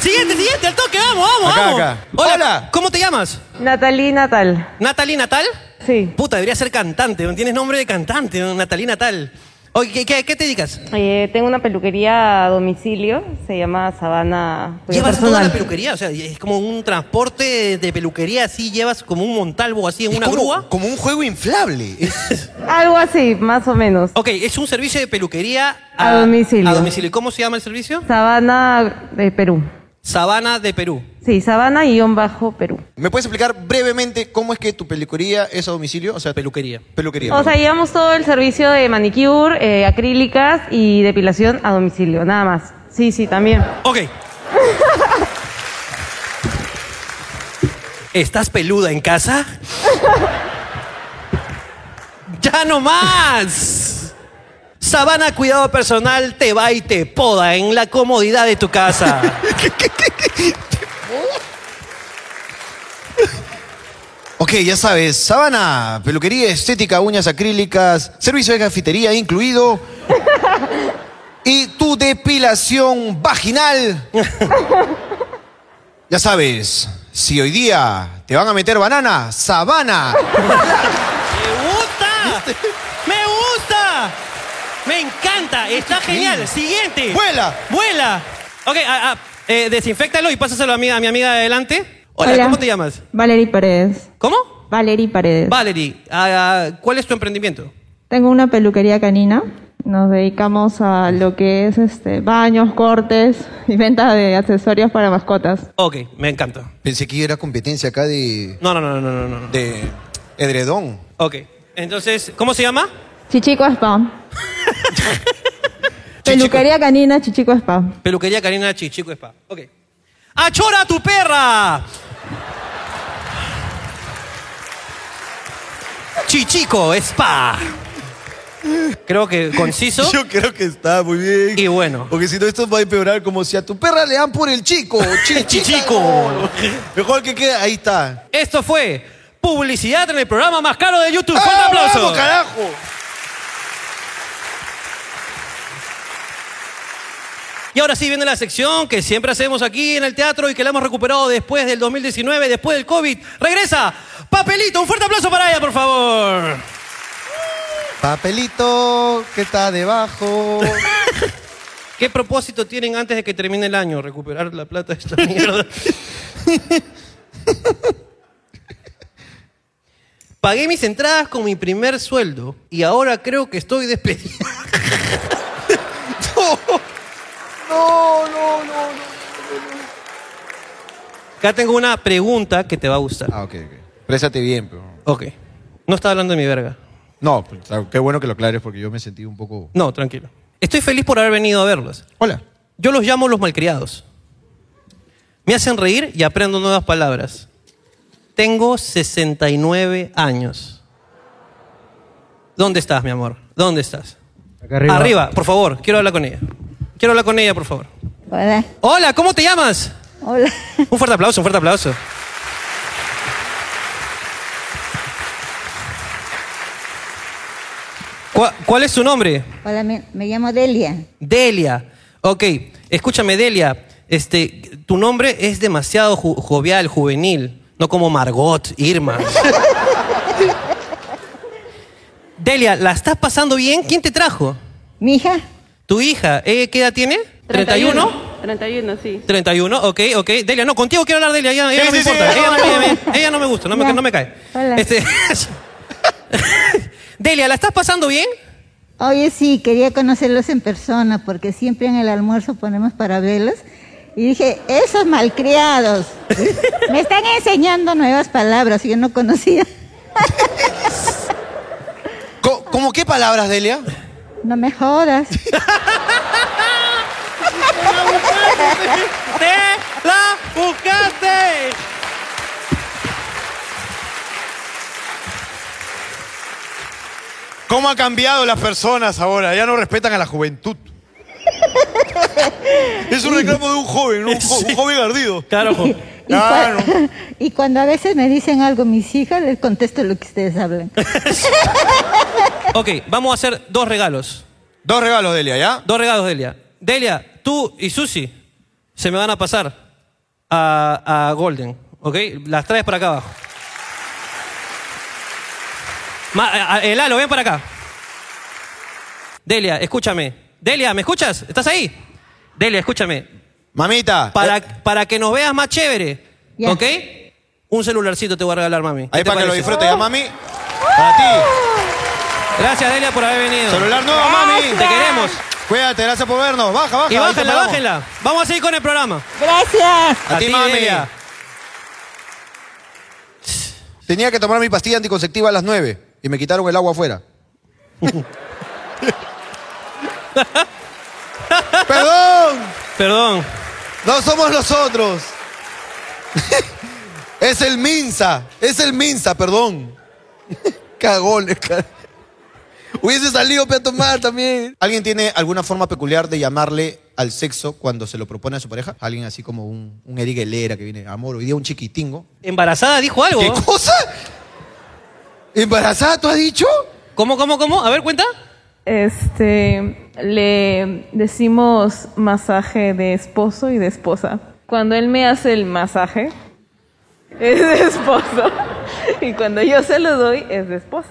Siguiente, siguiente, al toque, vamos, vamos, Acá, vamos. acá. Hola, Hola. ¿Cómo te llamas? Natalí Natal. ¿Natalie Natal? Sí. Puta, debería ser cantante, tienes nombre de cantante, Natalie Natal. Oye, ¿qué, qué, qué te dedicas? Eh, tengo una peluquería a domicilio. Se llama Sabana. Cuidado Llevas toda Personal. la peluquería, o sea, es como un transporte de peluquería así, llevas como un montalvo así en Es una como, grúa. como un juego inflable. Algo así, más o menos. Ok, es un servicio de peluquería A domicilio. A domicilio. ¿Cómo se llama el servicio? Sabana de Perú. Sabana de Perú. Sí, Sabana guión bajo Perú. ¿Me puedes explicar brevemente cómo es que tu peluquería es a domicilio? O sea, Peluquería. peluquería. O perdón. sea, llevamos todo el servicio de manicure, eh, acrílicas y depilación a domicilio, nada más. Sí, sí, también. Ok. ¿Estás peluda en casa? ¡Ya no más! Sabana Cuidado Personal te va y te poda en la comodidad de tu casa. Ok, ya sabes, sábana, peluquería, estética, uñas acrílicas, servicio de cafetería incluido. y tu depilación vaginal. ya sabes, si hoy día te van a meter banana, sabana. ¡Me gusta! ¡Me gusta! ¡Me encanta! ¡Está genial! ¡Siguiente! ¡Vuela! ¡Vuela! Ok, ah, ah, eh, desinféctalo y pásaselo a mi, a mi amiga de adelante. Hola, ¿cómo te llamas? Valerie Paredes. ¿Cómo? Valerie Paredes. Valerie, ah, ¿cuál es tu emprendimiento? Tengo una peluquería canina. Nos dedicamos a lo que es este baños, cortes y venta de accesorios para mascotas. Ok, me encanta. Pensé que era competencia acá de, No, no, no, no, no, no, no. de edredón. Ok. Entonces, ¿cómo se llama? Chichico Spa. peluquería canina Chichico Spa. Peluquería Karina Chichico Spa. Ok. ¡Achora a tu perra! Chichico Spa. Creo que conciso. Yo creo que está muy bien. Y bueno. Porque si no, esto va a empeorar como si a tu perra le dan por el chico. Chi- Chichico. Mejor que quede, ahí está. Esto fue publicidad en el programa más caro de YouTube. ¡Fuerte ¡Ah, aplauso! vamos, carajo! Y ahora sí viene la sección que siempre hacemos aquí en el teatro y que la hemos recuperado después del 2019, después del COVID. Regresa, papelito, un fuerte aplauso para ella, por favor. Papelito que está debajo. ¿Qué propósito tienen antes de que termine el año? Recuperar la plata de esta mierda. Pagué mis entradas con mi primer sueldo y ahora creo que estoy despedido. No, no, no, no. Acá tengo una pregunta que te va a gustar. Ah, ok, ok. Présate bien, pero. Ok. No está hablando de mi verga. No, pues, claro, qué bueno que lo aclares porque yo me sentí un poco. No, tranquilo. Estoy feliz por haber venido a verlos. Hola. Yo los llamo los malcriados. Me hacen reír y aprendo nuevas palabras. Tengo 69 años. ¿Dónde estás, mi amor? ¿Dónde estás? Acá arriba. por favor. Quiero hablar con ella. Quiero hablar con ella, por favor. Hola, Hola, ¿cómo te llamas? hola. Un fuerte aplauso, un fuerte aplauso. ¿Cuál, cuál es su nombre? Hola, me, me llamo Delia. Delia. Ok, escúchame, Delia. Este, tu nombre es demasiado ju- jovial, juvenil. No como Margot, Irma. Delia, ¿la estás pasando bien? ¿Quién te trajo? Mi hija, ¿Tu hija? Eh, ¿Qué edad tiene? ¿31? 31, sí. 31, ok, ok. Delia, no, contigo quiero hablar, Delia. Ella, ella Sí, no me sí, sí, importa. no, ella, no, no. ella me- ella no me gusta, no me, Ya. no me cae. Hola. Este- Delia, ¿la estás pasando bien? oye sí, quería conocerlos en persona porque siempre en el almuerzo ponemos parabelos. Y dije, esos malcriados, me están enseñando nuevas palabras que yo no conocía. ¿Cómo, cómo qué palabras, Delia? No me jodas. ¡Te la buscaste! ¿Cómo ha cambiado las personas ahora? Ya no respetan a la juventud. Es un reclamo de un joven, un, joven ardido. Claro, jo- Y, cua- y cuando a veces me dicen algo mis hijas, les contesto lo que ustedes hablan. Ok, vamos a hacer dos regalos. Dos regalos, Delia, ¿ya? Dos regalos, Delia. Delia, tú y Susi se me van a pasar a, a Golden. ¿Ok? Las traes para acá abajo. Ma- a- a- el Alo, ven para acá. Delia, escúchame. Delia, ¿me escuchas? ¿Estás ahí? Delia, escúchame. Mamita. Para, eh, para que nos veas más chévere. Ya. ¿Ok? Un celularcito te voy a regalar, mami. ¿Qué ahí te para que lo parece? disfrutes, ¿ya, mami? Para ti. Gracias, Delia, por haber venido. Celular nuevo, mami. Te queremos. Cuídate, gracias por vernos. Baja, baja. Ah. Y ahí te bájenla, paramos. bájenla. Vamos a seguir con el programa. Gracias. A, ti, mami. Delia. Tenía que tomar mi pastilla anticonceptiva a las 9 y me quitaron el agua afuera. ¡Perdón! Perdón. No somos nosotros. es el Minsa. Es el Minsa, perdón. Cagones, cara. Hubiese salido para tomar también. ¿Alguien tiene alguna forma peculiar de llamarle al sexo cuando se lo propone a su pareja? Alguien así como un, un Eric Helera que viene, amor, hoy día un chiquitingo. Embarazada dijo algo. ¿Qué cosa? ¿Embarazada tú has dicho? ¿Cómo, cómo, cómo? A ver, cuenta. Este, le decimos masaje de esposo y de esposa. Cuando él me hace el masaje, es de esposo. Y cuando yo se lo doy, es de esposa.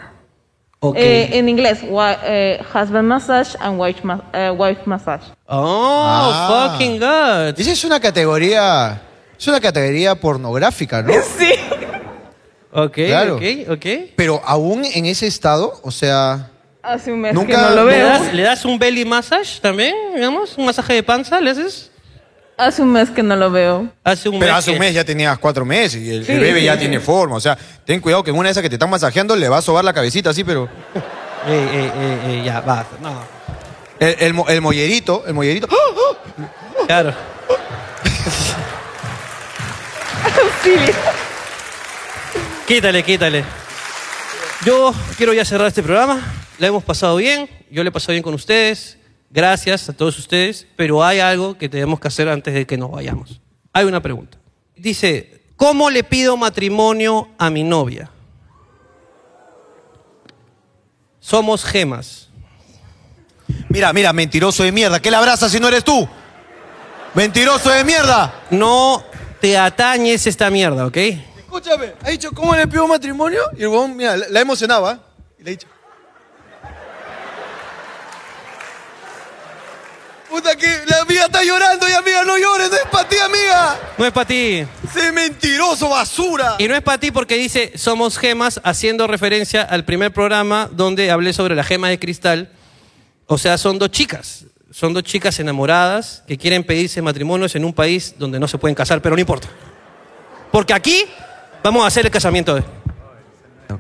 Ok. Eh, en inglés, wa- eh, husband massage and wife, ma- eh, wife massage. oh, Ah. fucking God. Esa es una categoría Es una categoría pornográfica, ¿no? Sí. Ok, Claro. ok, ok. Pero aún en ese estado, o sea, Hace un mes que Nunca- no lo ¿Le veo. das, le das un belly massage también, digamos? ¿Un masaje de panza le haces? Hace un mes que no lo veo. Hace un Pero mes hace un que- mes ya tenías cuatro meses y el, Sí, el bebé sí, ya sí. tiene forma. O sea, ten cuidado que en una de esas que te están masajeando le va a sobar la cabecita así, pero. Ey, ey, ey, ey, ya, basta. No, El, el, mo- el mollerito, el mollerito. ¡Ah! claro. Quítale, quítale. Yo quiero ya cerrar este programa. La hemos pasado bien. Yo le he pasado bien con ustedes. Gracias a todos ustedes. Pero hay algo que tenemos que hacer antes de que nos vayamos. Hay una pregunta. Dice, ¿cómo le pido matrimonio a mi novia? Somos gemas. Mira, mira, mentiroso de mierda. ¿Qué la abrazas si no eres tú? ¡Mentiroso de mierda! No te atañes esta mierda, ¿ok? Escúchame, ha dicho, ¿cómo le pido matrimonio? Y el huevón, mira, la, la emocionaba. ¿eh? Y le ha dicho. Puta que la amiga está llorando y amiga, no llores, no es para ti, amiga. No es para ti. ¡Sé mentiroso, basura! Y no es para ti porque dice Somos Gemas, haciendo referencia al primer programa donde hablé sobre la gema de cristal. O sea, son dos chicas. Son dos chicas enamoradas que quieren pedirse matrimonios en un país donde no se pueden casar, pero no importa. Porque aquí vamos a hacer el casamiento de.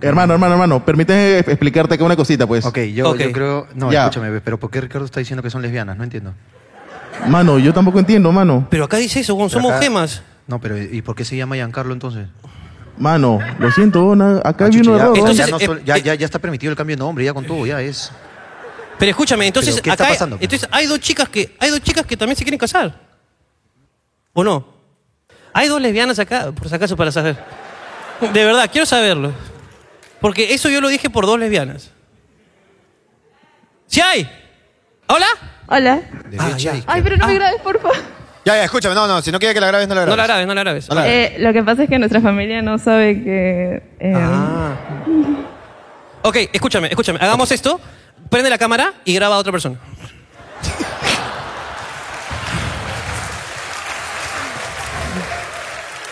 Hermano, hermano, hermano, permíteme explicarte acá una cosita, pues. Ok, yo, Ok. yo creo. No, Ya. escúchame, pero ¿por qué Ricardo está diciendo que son lesbianas? No entiendo. Mano, yo tampoco entiendo, mano. Pero acá dice eso, somos acá- gemas. No, pero ¿y por qué se llama Giancarlo entonces? Mano, lo siento, na- acá Ah, hay chucha, uno ya, error. ¿no? Entonces, ya, no eh, sol- ya- eh, ya- ya está permitido el cambio de nombre, ya con todo, ya es. Pero escúchame, entonces ¿qué está acá pasando? entonces hay dos chicas que hay dos chicas que también se quieren casar. ¿O no? Hay dos lesbianas acá, por si acaso para saber. De verdad, quiero saberlo. Porque eso yo lo dije por dos lesbianas. ¿Sí hay? ¿Hola? Ah, Hola. Derecha ya. y- Ay, pero no me grabes, por favor. Ya, ya, escúchame. No, no, si no quieres que la grabes, no la grabes. No la grabes, no la grabes. No la grabes. Eh, lo que pasa es que nuestra familia no sabe que... eh, Ah. Ok, escúchame, escúchame. Hagamos esto. Prende la cámara y graba a otra persona.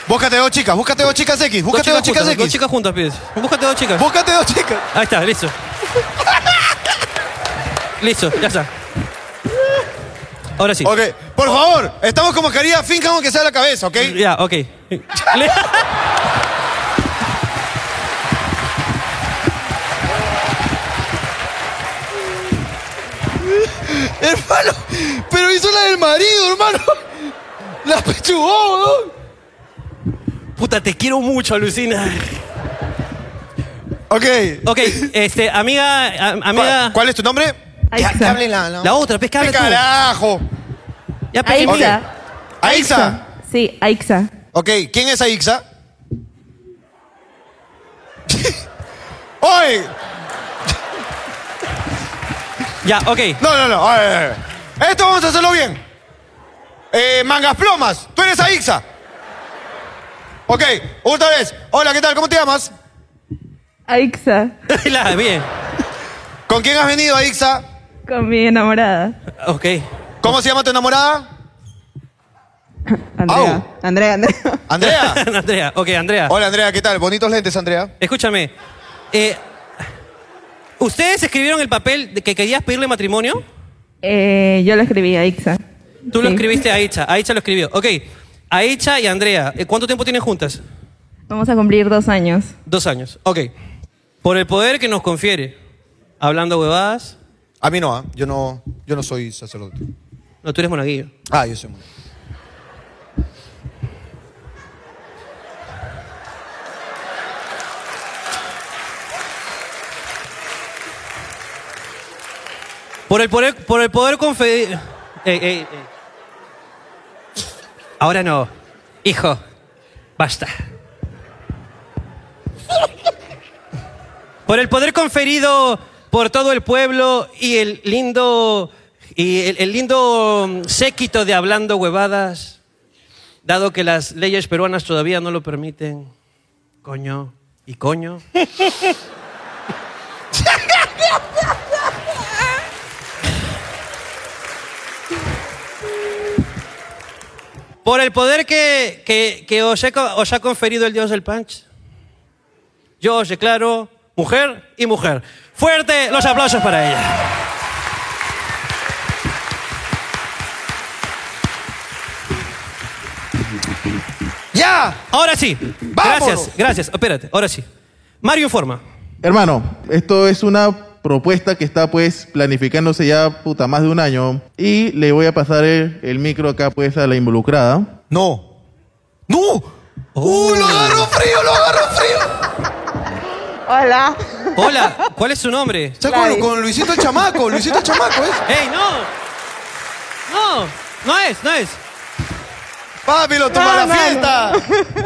Búscate dos chicas, búscate dos chicas X, búscate dos chicas, juntas, dos X. chicas juntas, pides. Búscate dos chicas. Búscate dos chicas. Ahí está, listo. listo, ya está. Ahora sí. Ok, por Oh. favor, estamos como quería, finjan aunque sea la cabeza, ¿ok? Ya, ok. Le- Hermano, pero hizo la del marido, hermano. La pechugó, ¿no? Puta, te quiero mucho, Lucina. Ok. Ok, este, amiga, a- amiga. ¿Cuál, cuál es tu nombre? Aixa. la, la- La otra, pesca ¿Qué carajo? Ya, pe- Aixa. Aixa. Sí, Aixa. Ok, ¿quién es Aixa? ¡Oye! ya, ok. No, no, no. a ver, a ver, a ver. Esto vamos a hacerlo bien. Eh, mangas plomas, tú eres Aixa. Ok, otra vez. Hola, ¿qué tal? ¿Cómo te llamas? Aixa. La- bien. ¿Con quién has venido, Aixa? Con mi enamorada. Ok. ¿Cómo se llama tu enamorada? Andrea. Au. Andrea, Andrea. Andrea. Andrea, ok, Andrea. Hola, Andrea, ¿qué tal? Bonitos lentes, Andrea. Escúchame. eh, ¿Ustedes escribieron el papel de que querías pedirle matrimonio? Eh, yo lo escribí, Aixa. Tú lo Sí. escribiste a Aicha, Aicha lo escribió. Ok, Aicha y Andrea, ¿eh, ¿cuánto tiempo tienen juntas? Vamos a cumplir dos años. Dos años. Ok, por el poder que nos confiere, hablando huevadas, A mí no, ¿ah? yo no, yo no soy sacerdote. no, tú eres monaguillo. Ah, yo soy mono. Por el poder, por el poder confe- eh, Ey, ey, ey. Ahora no. Hijo, basta. Por el poder conferido por todo el pueblo y el lindo y el, el lindo mm, séquito de hablando huevadas, dado que las leyes peruanas todavía no lo permiten, coño y coño. Por el poder que, que, que os, he co- os ha conferido el dios del punch, yo os declaro mujer y mujer. Fuerte los aplausos para ella. ¡Ya! Ahora sí. ¡Vámonos! Gracias, gracias. Espérate, ahora sí. Mario informa. Hermano, esto es una propuesta que está pues planificándose ya puta más de un año y le voy a pasar el, el micro acá pues a la involucrada. No. ¡No! Oh. ¡Uh, lo agarro frío, lo agarro frío! Hola. Hola, ¿cuál es su nombre? Está con, con Luisito el chamaco, Luisito el chamaco, ¿eh? ¡Ey, no! No, no es, no es. Papi, lo toma la fiesta.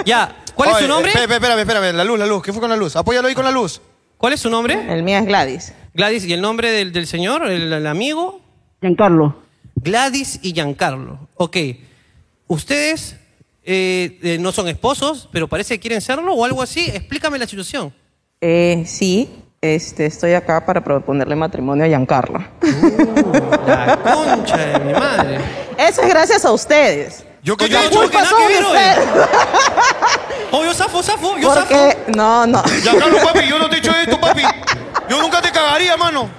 Ya, ¿cuál es Oye, su nombre? Espérame, espérame, espérame, la luz, la luz, ¿qué fue con la luz? Apóyalo ahí con la luz. ¿Cuál es su nombre? El mío es Gladys. Gladys, ¿y el nombre del, del señor, el, el amigo? Giancarlo. Gladys y Giancarlo. Ok. Ustedes eh, eh, no son esposos, pero parece que quieren serlo o algo así. Explícame la situación. Eh, sí, este, estoy acá para proponerle matrimonio a Giancarlo. La concha de mi madre. Eso es gracias a ustedes. Yo que La yo- yo culpa que nada son que ver, ustedes. Oh, yo zafo, zafo, yo zafo. Porque, no, no. Giancarlo, papi, yo no te he hecho esto, papi. Yo nunca te cagaría, mano.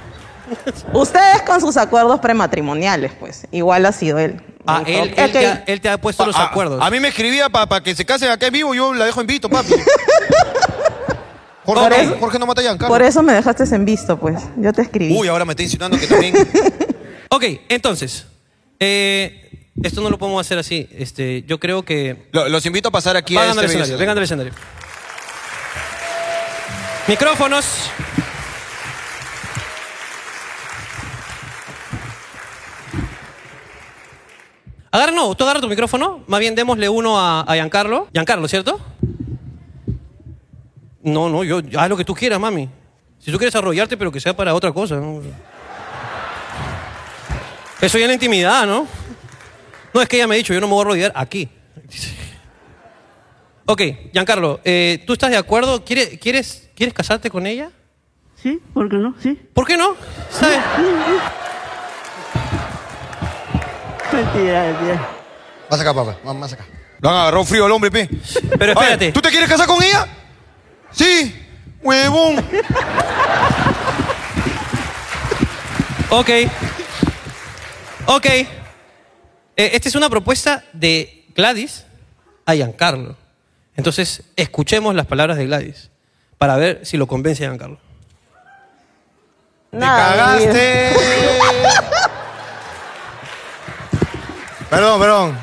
Ustedes con sus acuerdos prematrimoniales, pues. Igual ha sido él. Ah, Mi él, propio- él te ha, Ok. él te ha puesto los A- acuerdos. Ah, A, mí me escribía para que se casen acá en vivo, yo la dejo en visto, papi. Por Jorge, eso- no, Jorge no mata a Giancarlo. Por eso me dejaste en visto, pues. Yo te escribí. Uy, ahora me está insinuando que también. Ok, entonces. eh, esto no lo podemos hacer así. Este, yo creo que. Lo- los invito a pasar aquí Vengan a al este escenario, vengan al escenario. Micrófonos. Agarra, no, tú agarra tu micrófono. Más bien démosle uno a, a Giancarlo. Giancarlo, ¿cierto? No, no, yo, yo- haz lo que tú quieras, mami. Si tú quieres arrollarte, pero que sea para otra cosa. ¿no? Eso ya es la intimidad, ¿no? No, es que ella me ha dicho, yo no me voy a arrodillar aquí. Ok, Giancarlo, eh, ¿tú estás de acuerdo? ¿Quieres, quieres, ¿Quieres casarte con ella? Sí, ¿por qué no? Sí. ¿Por qué no? ¿Sabes? Mentira, mentira. Más acá, papá. Más, más acá. Lo han agarrado frío al hombre, pe. Pero A ver, espérate. ¿Tú te quieres casar con ella? Sí. Huevón. Ok. Ok. Eh, esta es una propuesta de Gladys a Giancarlo. Entonces, escuchemos las palabras de Gladys para ver si lo convence a Giancarlo. Te Nada, mira. cagaste. Perdón, perdón.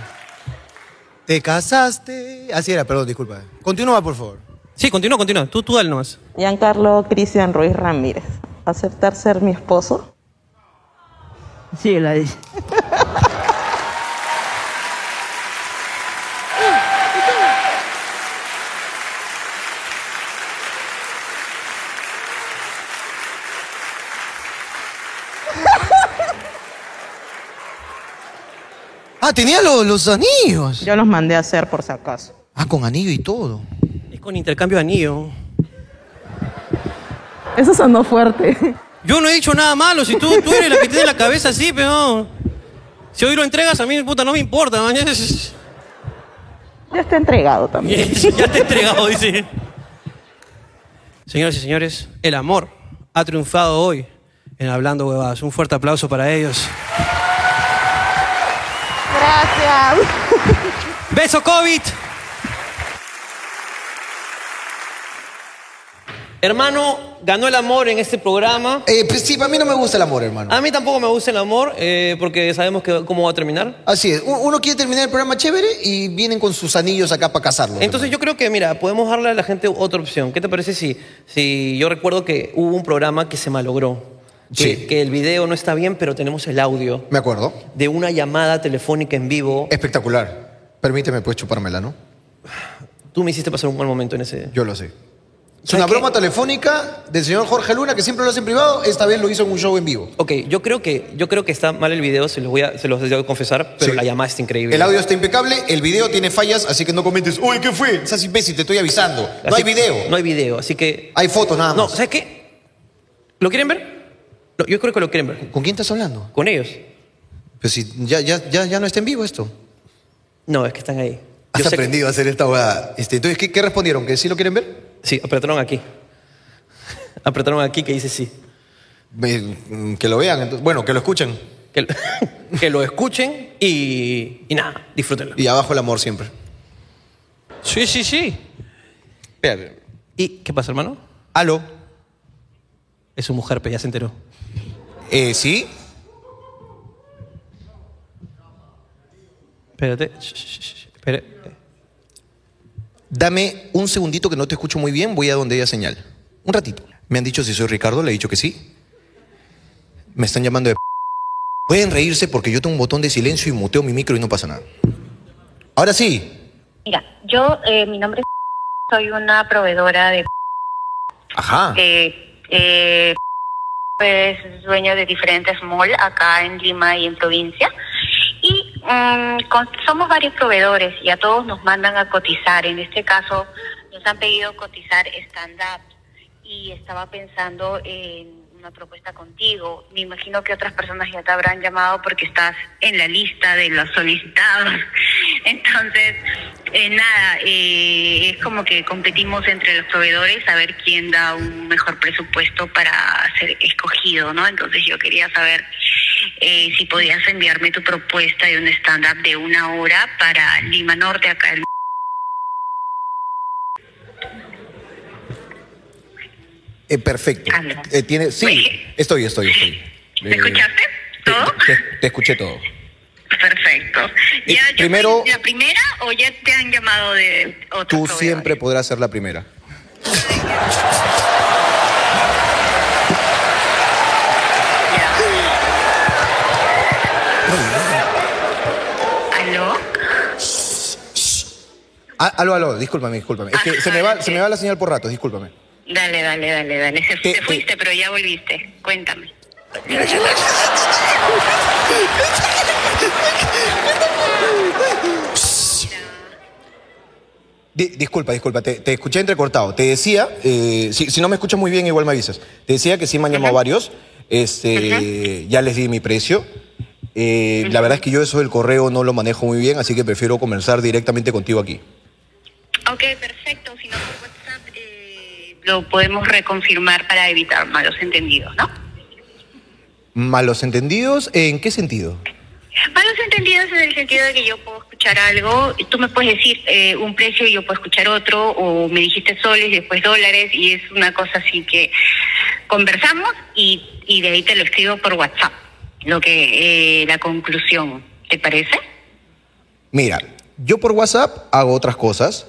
Te casaste. Así era, perdón, disculpa. Continúa, por favor. Sí, continúa, continúa. Tú, tú dale nomás. Giancarlo Cristian Ruiz Ramírez. ¿Aceptar ser mi esposo? Sí, la dice. Ah, tenía los, los anillos. Yo los mandé a hacer por si acaso. Ah, con anillo y todo. Es con intercambio de anillo. Eso sonó fuerte. Yo no he dicho nada malo. Si tú, tú eres la que tiene la cabeza así, pero... Si hoy lo entregas, a mí, puta, no me importa. mañana es- Ya está entregado también. ya te he entregado, dice. Señoras y señores, el amor ha triunfado hoy en Hablando Huevadas. Un fuerte aplauso para ellos. Gracias. ¡Beso COVID! Hermano, ganó el amor en este programa. Eh, pues sí, a mí no me gusta el amor, hermano. A mí tampoco me gusta el amor eh, porque sabemos que, cómo va a terminar. Así es. U- Uno quiere terminar el programa chévere y vienen con sus anillos acá para casarlos. Entonces yo creo que, mira, podemos darle a la gente otra opción. ¿Qué te parece si, si yo recuerdo que hubo un programa que se malogró? Que- Sí. que el video no está bien, pero tenemos el audio. hermano. Me acuerdo. de una llamada telefónica en vivo. Espectacular. Permíteme, pues, chupármela, ¿no? Tú me hiciste pasar un buen momento en ese. Yo lo sé. Es una broma telefónica del señor Jorge Luna, que siempre lo hace en privado. Esta vez lo hizo en un show en vivo. Ok, yo creo que, yo creo que está mal el video, se los voy a, se los debo confesar, pero Sí. la llamada está increíble. El audio está impecable, el video tiene fallas, así que no comentes, uy, ¿qué fue? Estás imbécil, te estoy avisando. No Así- hay video. No hay video, así que. Hay fotos nada No, más. ¿sabes qué? ¿Lo quieren ver? Lo- Yo creo que lo quieren ver. ¿Con quién estás hablando? Con ellos. Pues si ya, ya, ya, ya no está en vivo esto. No, es que están ahí. Has aprendido a hacer esta hueá. Este, entonces, ¿qué, qué respondieron? ¿Que sí lo quieren ver? Sí, apretaron aquí. apretaron aquí que dice sí. mm, que lo vean, entonces. Bueno, que lo escuchen. Que lo, escuchen y, y nada, disfrútenlo. Y abajo el amor siempre. Sí, sí, sí. ¿Y qué pasa, hermano? Aló. Es su mujer, pero ya se enteró. Eh, ¿Sí? Espérate. Shh, shh, shh. Espera. Dame un segundito que no te escucho muy bien, voy a donde ella señal. Un ratito. Me han dicho si soy Ricardo, le he dicho que sí. Me están llamando de... p- Pueden reírse porque yo tengo un botón de silencio y muteo mi micro y no pasa nada. Ahora sí. Mira, yo, eh, mi nombre es. Soy una proveedora de. Ajá. Eh, eh, es dueña de diferentes malls acá en Lima y en provincia. Y mm, con- somos varios proveedores y a todos nos mandan a cotizar. En este caso, nos han pedido cotizar stand-up y estaba pensando en una propuesta contigo. Me imagino que otras personas ya te habrán llamado porque estás en la lista de los solicitados. Entonces, eh, nada, eh, es como que competimos entre los proveedores a ver quién da un mejor presupuesto para ser escogido, ¿no? Entonces yo quería saber eh, si podías enviarme tu propuesta de un stand-up de una hora para Lima Norte, acá en... Eh, perfecto. Aló. Eh, tiene... Sí, estoy, estoy, estoy. Eh, ¿Me escuchaste? ¿Todo? Te, te escuché todo. Perfecto. Eh, ¿Ya yo primero, soy la primera o ya te han llamado de otro tú proveedor? siempre podrás ser la primera. ¿Aló? Ah, aló, aló, discúlpame, discúlpame. Es que se me, va, se me va la señal por ratos, discúlpame. Dale, dale, dale, dale. Eh, Se, te fuiste, pero ya volviste. Cuéntame. Di- disculpa, disculpa, te, te escuché entrecortado. Te decía, eh, si, si no me escuchas muy bien, igual me avisas. Te decía que sí me han llamado varios. Este, Ya les di mi precio. Eh, La verdad es que yo eso del correo no lo manejo muy bien, así que prefiero conversar directamente contigo aquí. Ok, perfecto. Si no, por WhatsApp eh, lo podemos reconfirmar para evitar malos entendidos, ¿no? ¿Malos entendidos? ¿En qué sentido? Malos entendidos en el sentido de que yo puedo escuchar algo, tú me puedes decir eh, un precio y yo puedo escuchar otro, o me dijiste soles y después dólares, y es una cosa así que conversamos y, y de ahí te lo escribo por WhatsApp, lo que eh, la conclusión, ¿te parece? Mira, yo por WhatsApp hago otras cosas.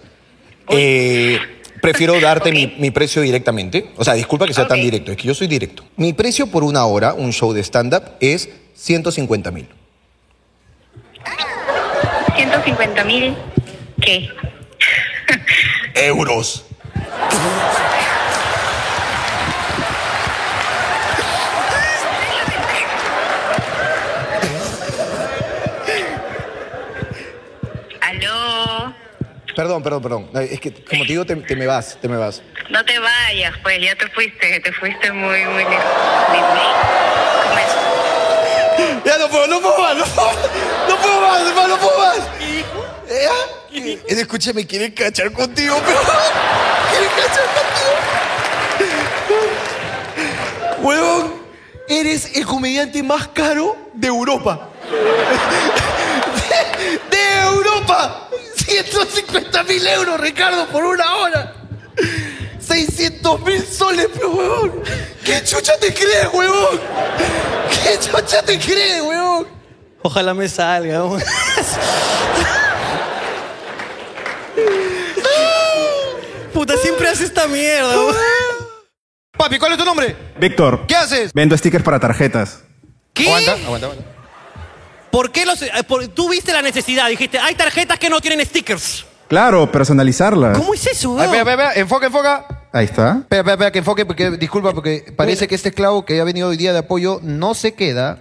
Eh, prefiero darte mi, mi precio directamente. O sea, disculpa que sea tan directo, es que yo soy directo. Mi precio por una hora, un show de stand-up, es 150 mil. 150 mil, ¿qué? Euros. Aló, Perdón, perdón, perdón. No, Es que, como te digo, te, te me vas, te me vas. no te vayas, pues ya te fuiste, te fuiste muy, muy lejos. Ya no puedo, no puedo más, no puedo, no puedo más, hermano, no puedo más. Eh, ah, eh, Escúchame, quieren cachar contigo, pero. Quieren cachar contigo. Huevón, eres el comediante más caro de Europa. De, de Europa. 150 mil euros, Ricardo, por una hora. 600 mil soles, pero huevón. ¿Qué chucha te crees, huevón? ¿Qué chucha te crees, huevón? Ojalá me salga. ¿no? Puta, siempre hace esta mierda. Papi, ¿cuál es tu nombre? Víctor. ¿Qué haces? Vendo stickers para tarjetas. ¿Qué? Aguanta, aguanta, aguanta. ¿Por qué los, eh, por- tú viste la necesidad? Dijiste, hay tarjetas que no tienen stickers. Claro, personalizarlas. ¿Cómo es eso, Espera, espera, espera, enfoca, enfoca. Espera, Ahí está. espera, espera, que enfoque, porque disculpa, porque parece que este esclavo que ha venido hoy día de apoyo no se queda.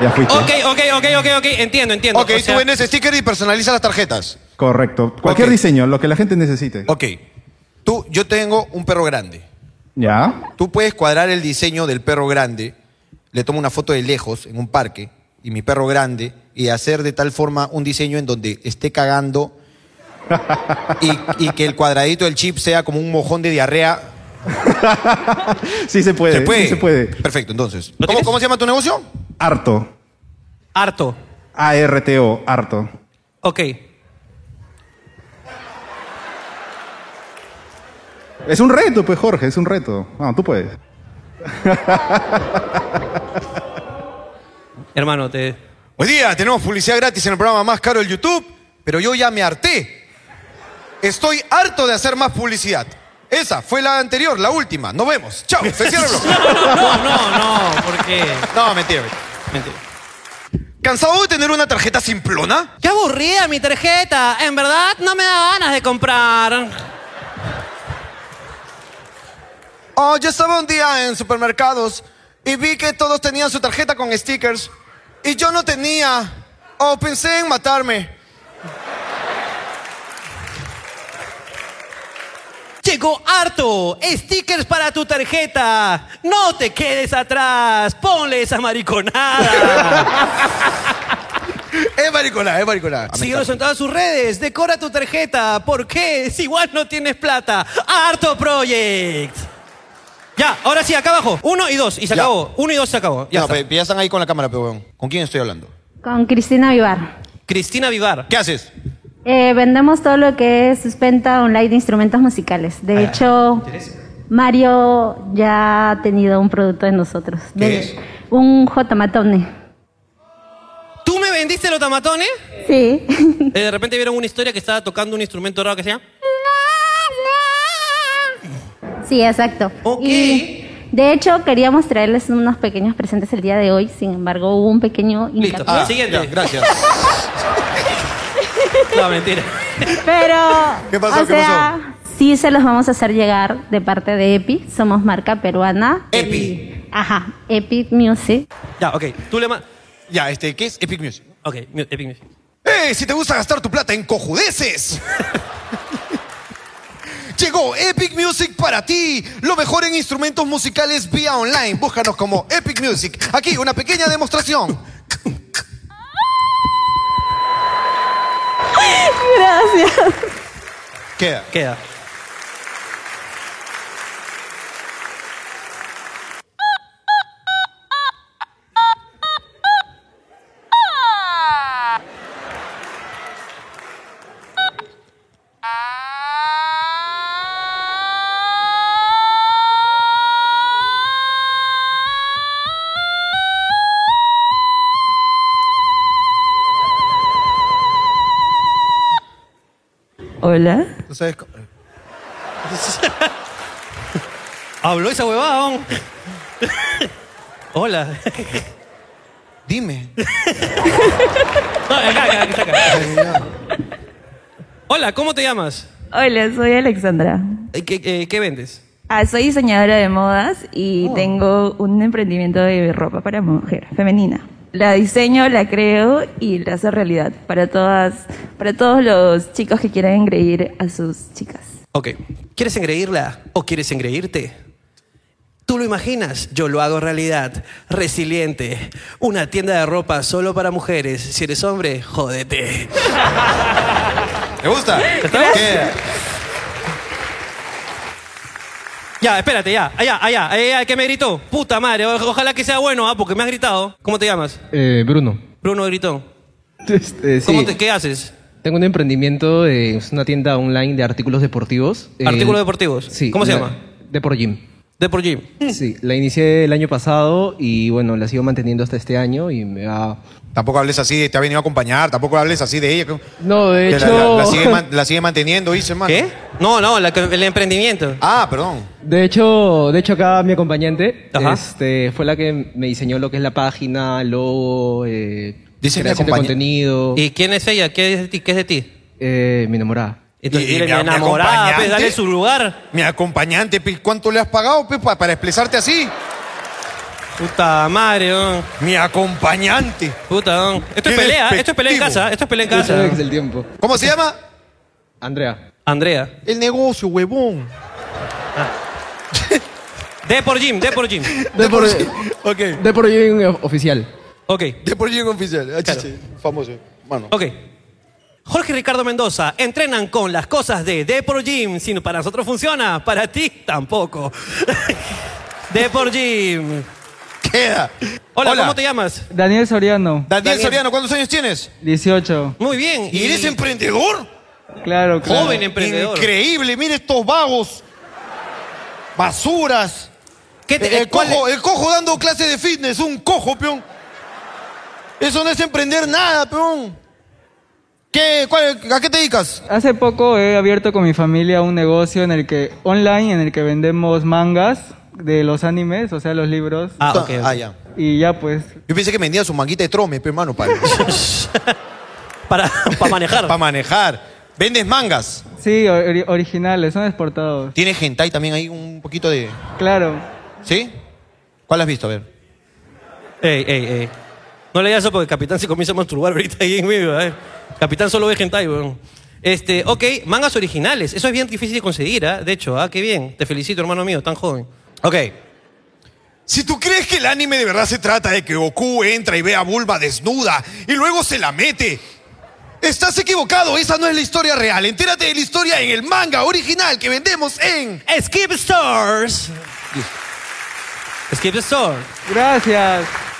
Ya fuiste. Ok, ok, ok, ok, ok, entiendo, entiendo. Ok, O tú sea, vendes sticker y personalizas las tarjetas. Correcto. Cualquier diseño, lo que la gente necesite. Ok. Tú, yo tengo un perro grande. Ya. Tú puedes cuadrar el diseño del perro grande. Le tomo una foto de lejos en un parque y mi perro grande y hacer de tal forma un diseño en donde esté cagando y, y que el cuadradito del chip sea como un mojón de diarrea. Sí se puede. Sí se puede. Perfecto, entonces. ¿Cómo, cómo se llama tu negocio? Harto. Harto. A-R-T-O, harto. Ok. Es un reto, pues, Jorge, es un reto. No, tú puedes. Hermano, te. Hoy día tenemos publicidad gratis en el programa más caro del YouTube, pero yo ya me harté. Estoy harto de hacer más publicidad. Esa fue la anterior, la última. Nos vemos. Chao. Se cierra el bloque. No, no, no, porque. No, mentira, mentira. ¿Cansado de tener una tarjeta simplona? ¡Qué aburrida mi tarjeta! En verdad no me da ganas de comprar. Oh, yo estaba un día en supermercados y vi que todos tenían su tarjeta con stickers y yo no tenía. Oh, pensé en matarme. Llegó harto. Stickers para tu tarjeta. No te quedes atrás. Ponle esa mariconada. es mariconada, es Ah, mariconada. Síguenos en todas sus redes. Decora tu tarjeta. ¿Por qué? Si igual no tienes plata. Harto Project. Ya, ahora sí, acá abajo. Uno y dos. Y se Ya. acabó. Uno y dos se acabó. Ya no, está. pe- ya están ahí con la cámara, pero weón. ¿Con quién estoy hablando? Con Cristina Vivar. Cristina Vivar. ¿Qué haces? Eh, vendemos todo lo que es venta online de instrumentos musicales. De hecho, Mario ya ha tenido un producto de nosotros. de- Un jotamatone. ¿Tú me vendiste los tamatones? Sí. Eh, de repente vieron una historia que estaba tocando un instrumento raro que se llama. Sí, exacto. Y de hecho, queríamos traerles unos pequeños presentes el día de hoy. Sin embargo, hubo un pequeño Listo. hincapié. Siguiente. gracias. no, mentira. Pero, Ah. ¿Qué pasó? o ¿Qué pasó? sea, sí se los vamos a hacer llegar de parte de EPI. Somos marca peruana. Epi. Ajá, EPI Music. Ya, ok. Tú le ma- Ya, este, ¿qué es Epic Music? Ok, mu- Epic Music. ¡Eh! Si te gusta gastar tu plata en cojudeces. Llegó Epic Music para ti. Lo mejor en instrumentos musicales vía online. Búscanos como Epic Music. Aquí una pequeña demostración. Gracias. Queda. Queda. Hola. ¿Tú sabes co- Habló esa huevada, aún. Hola. Dime. No, acá, acá, acá, acá. Hola, ¿cómo te llamas? Hola, soy Alexandra. Eh, ¿Qué, eh, qué vendes? Ah, soy diseñadora de modas y tengo un emprendimiento de ropa para mujer femenina. La diseño, la creo y la hace realidad para todas, para todos los chicos que quieran engreír a sus chicas. Ok. ¿Quieres engreírla o quieres engreírte? Tú lo imaginas, yo lo hago realidad. Resiliente. Una tienda de ropa solo para mujeres. Si eres hombre, jódete. ¿Te gusta? Queda. Ya, espérate, ya. Allá, allá, allá, que me gritó. Puta madre, o- ojalá que sea bueno, ah, porque me has gritado. ¿Cómo te llamas? Eh, Bruno. Bruno Gritón. Este, sí. ¿Cómo te, ¿Qué haces? Tengo un emprendimiento, eh, es una tienda online de artículos deportivos. Eh, Artículos deportivos. Sí. ¿Cómo se la- llama? Depor Gym. Depor Gym. Sí, la inicié el año pasado y bueno, la sigo manteniendo hasta este año y me va... Tampoco hables así, de- te ha venido a acompañar, tampoco hables así de ella. No, de Que la- hecho... La, la sigue, man- la sigue manteniendo, dice, hermano. ¿Qué? No, no, la- el emprendimiento. Ah, perdón. De hecho, de hecho acá mi acompañante Ajá. este, fue la que me diseñó lo que es la página, logo, eh, Dice mi creación de acompaña- contenido. ¿Y quién es ella? ¿Qué es de ti? ¿Qué es de ti? Eh, mi enamorada. Entonces, Y- y dile, mi- mi mi enamorada, pues, acompañante. dale su lugar. Mi acompañante, pe, ¿cuánto le has pagado pe, pa- para expresarte así? Puta madre, don. Mi acompañante. Puta, don. Esto es Qué pelea, esto es pelea en despectivo. casa, esto es pelea en Tú casa. sabes el tiempo. ¿Cómo se llama? Andrea. Andrea. El negocio, huevón. De por Jim, de por Jim. De por, de por Gym oficial. Ok. Después llega oficial. Ah, chiche, Famoso. Mano. Ok. Jorge y Ricardo Mendoza entrenan con las cosas de Depor Gym. Si para nosotros funciona, para ti tampoco. Depor Gym. Queda. Hola, Hola. ¿cómo te llamas? Daniel Soriano. Daniel, Soriano, ¿cuántos años tienes? 18. Muy bien. ¿Y eres emprendedor? Claro, claro. Joven emprendedor. Increíble, mire estos vagos. Basuras. te- el, cuál cojo, es? Oh, el cojo dando clases de fitness, un cojo, peón. Eso no es emprender nada, peón. ¿Qué, cuál- ¿A qué te dedicas? Hace poco he abierto con mi familia un negocio en el que online en el que vendemos mangas de los animes, o sea, los libros. Ah, ok, ok. Ah, ya. Y ya pues. Yo pensé que vendía su manguita de trome, pero hermano, para. para, manejar. para manejar. ¿Vendes mangas? Sí, ori- originales, son exportados. ¿Tienes hentai también ahí un poquito de...? Claro. ¿Sí? ¿Cuál has visto? A ver. Ey, ey, ey. No le digas eso porque el capitán se comienza a masturbar ahorita ahí en medio. ¿eh? Capitán solo ve hentai, weón. Este, ok, mangas originales. Eso es bien difícil de conseguir, ¿ah? De hecho, ah, qué bien. Te felicito, hermano mío, tan joven. Ok. Si tú crees que el anime de verdad se trata de que Goku entra y ve a Bulma desnuda y luego se la mete, estás equivocado. Esa no es la historia real. Entérate de la historia en el manga original que vendemos en Skip Stores. Skip the Store. Gracias.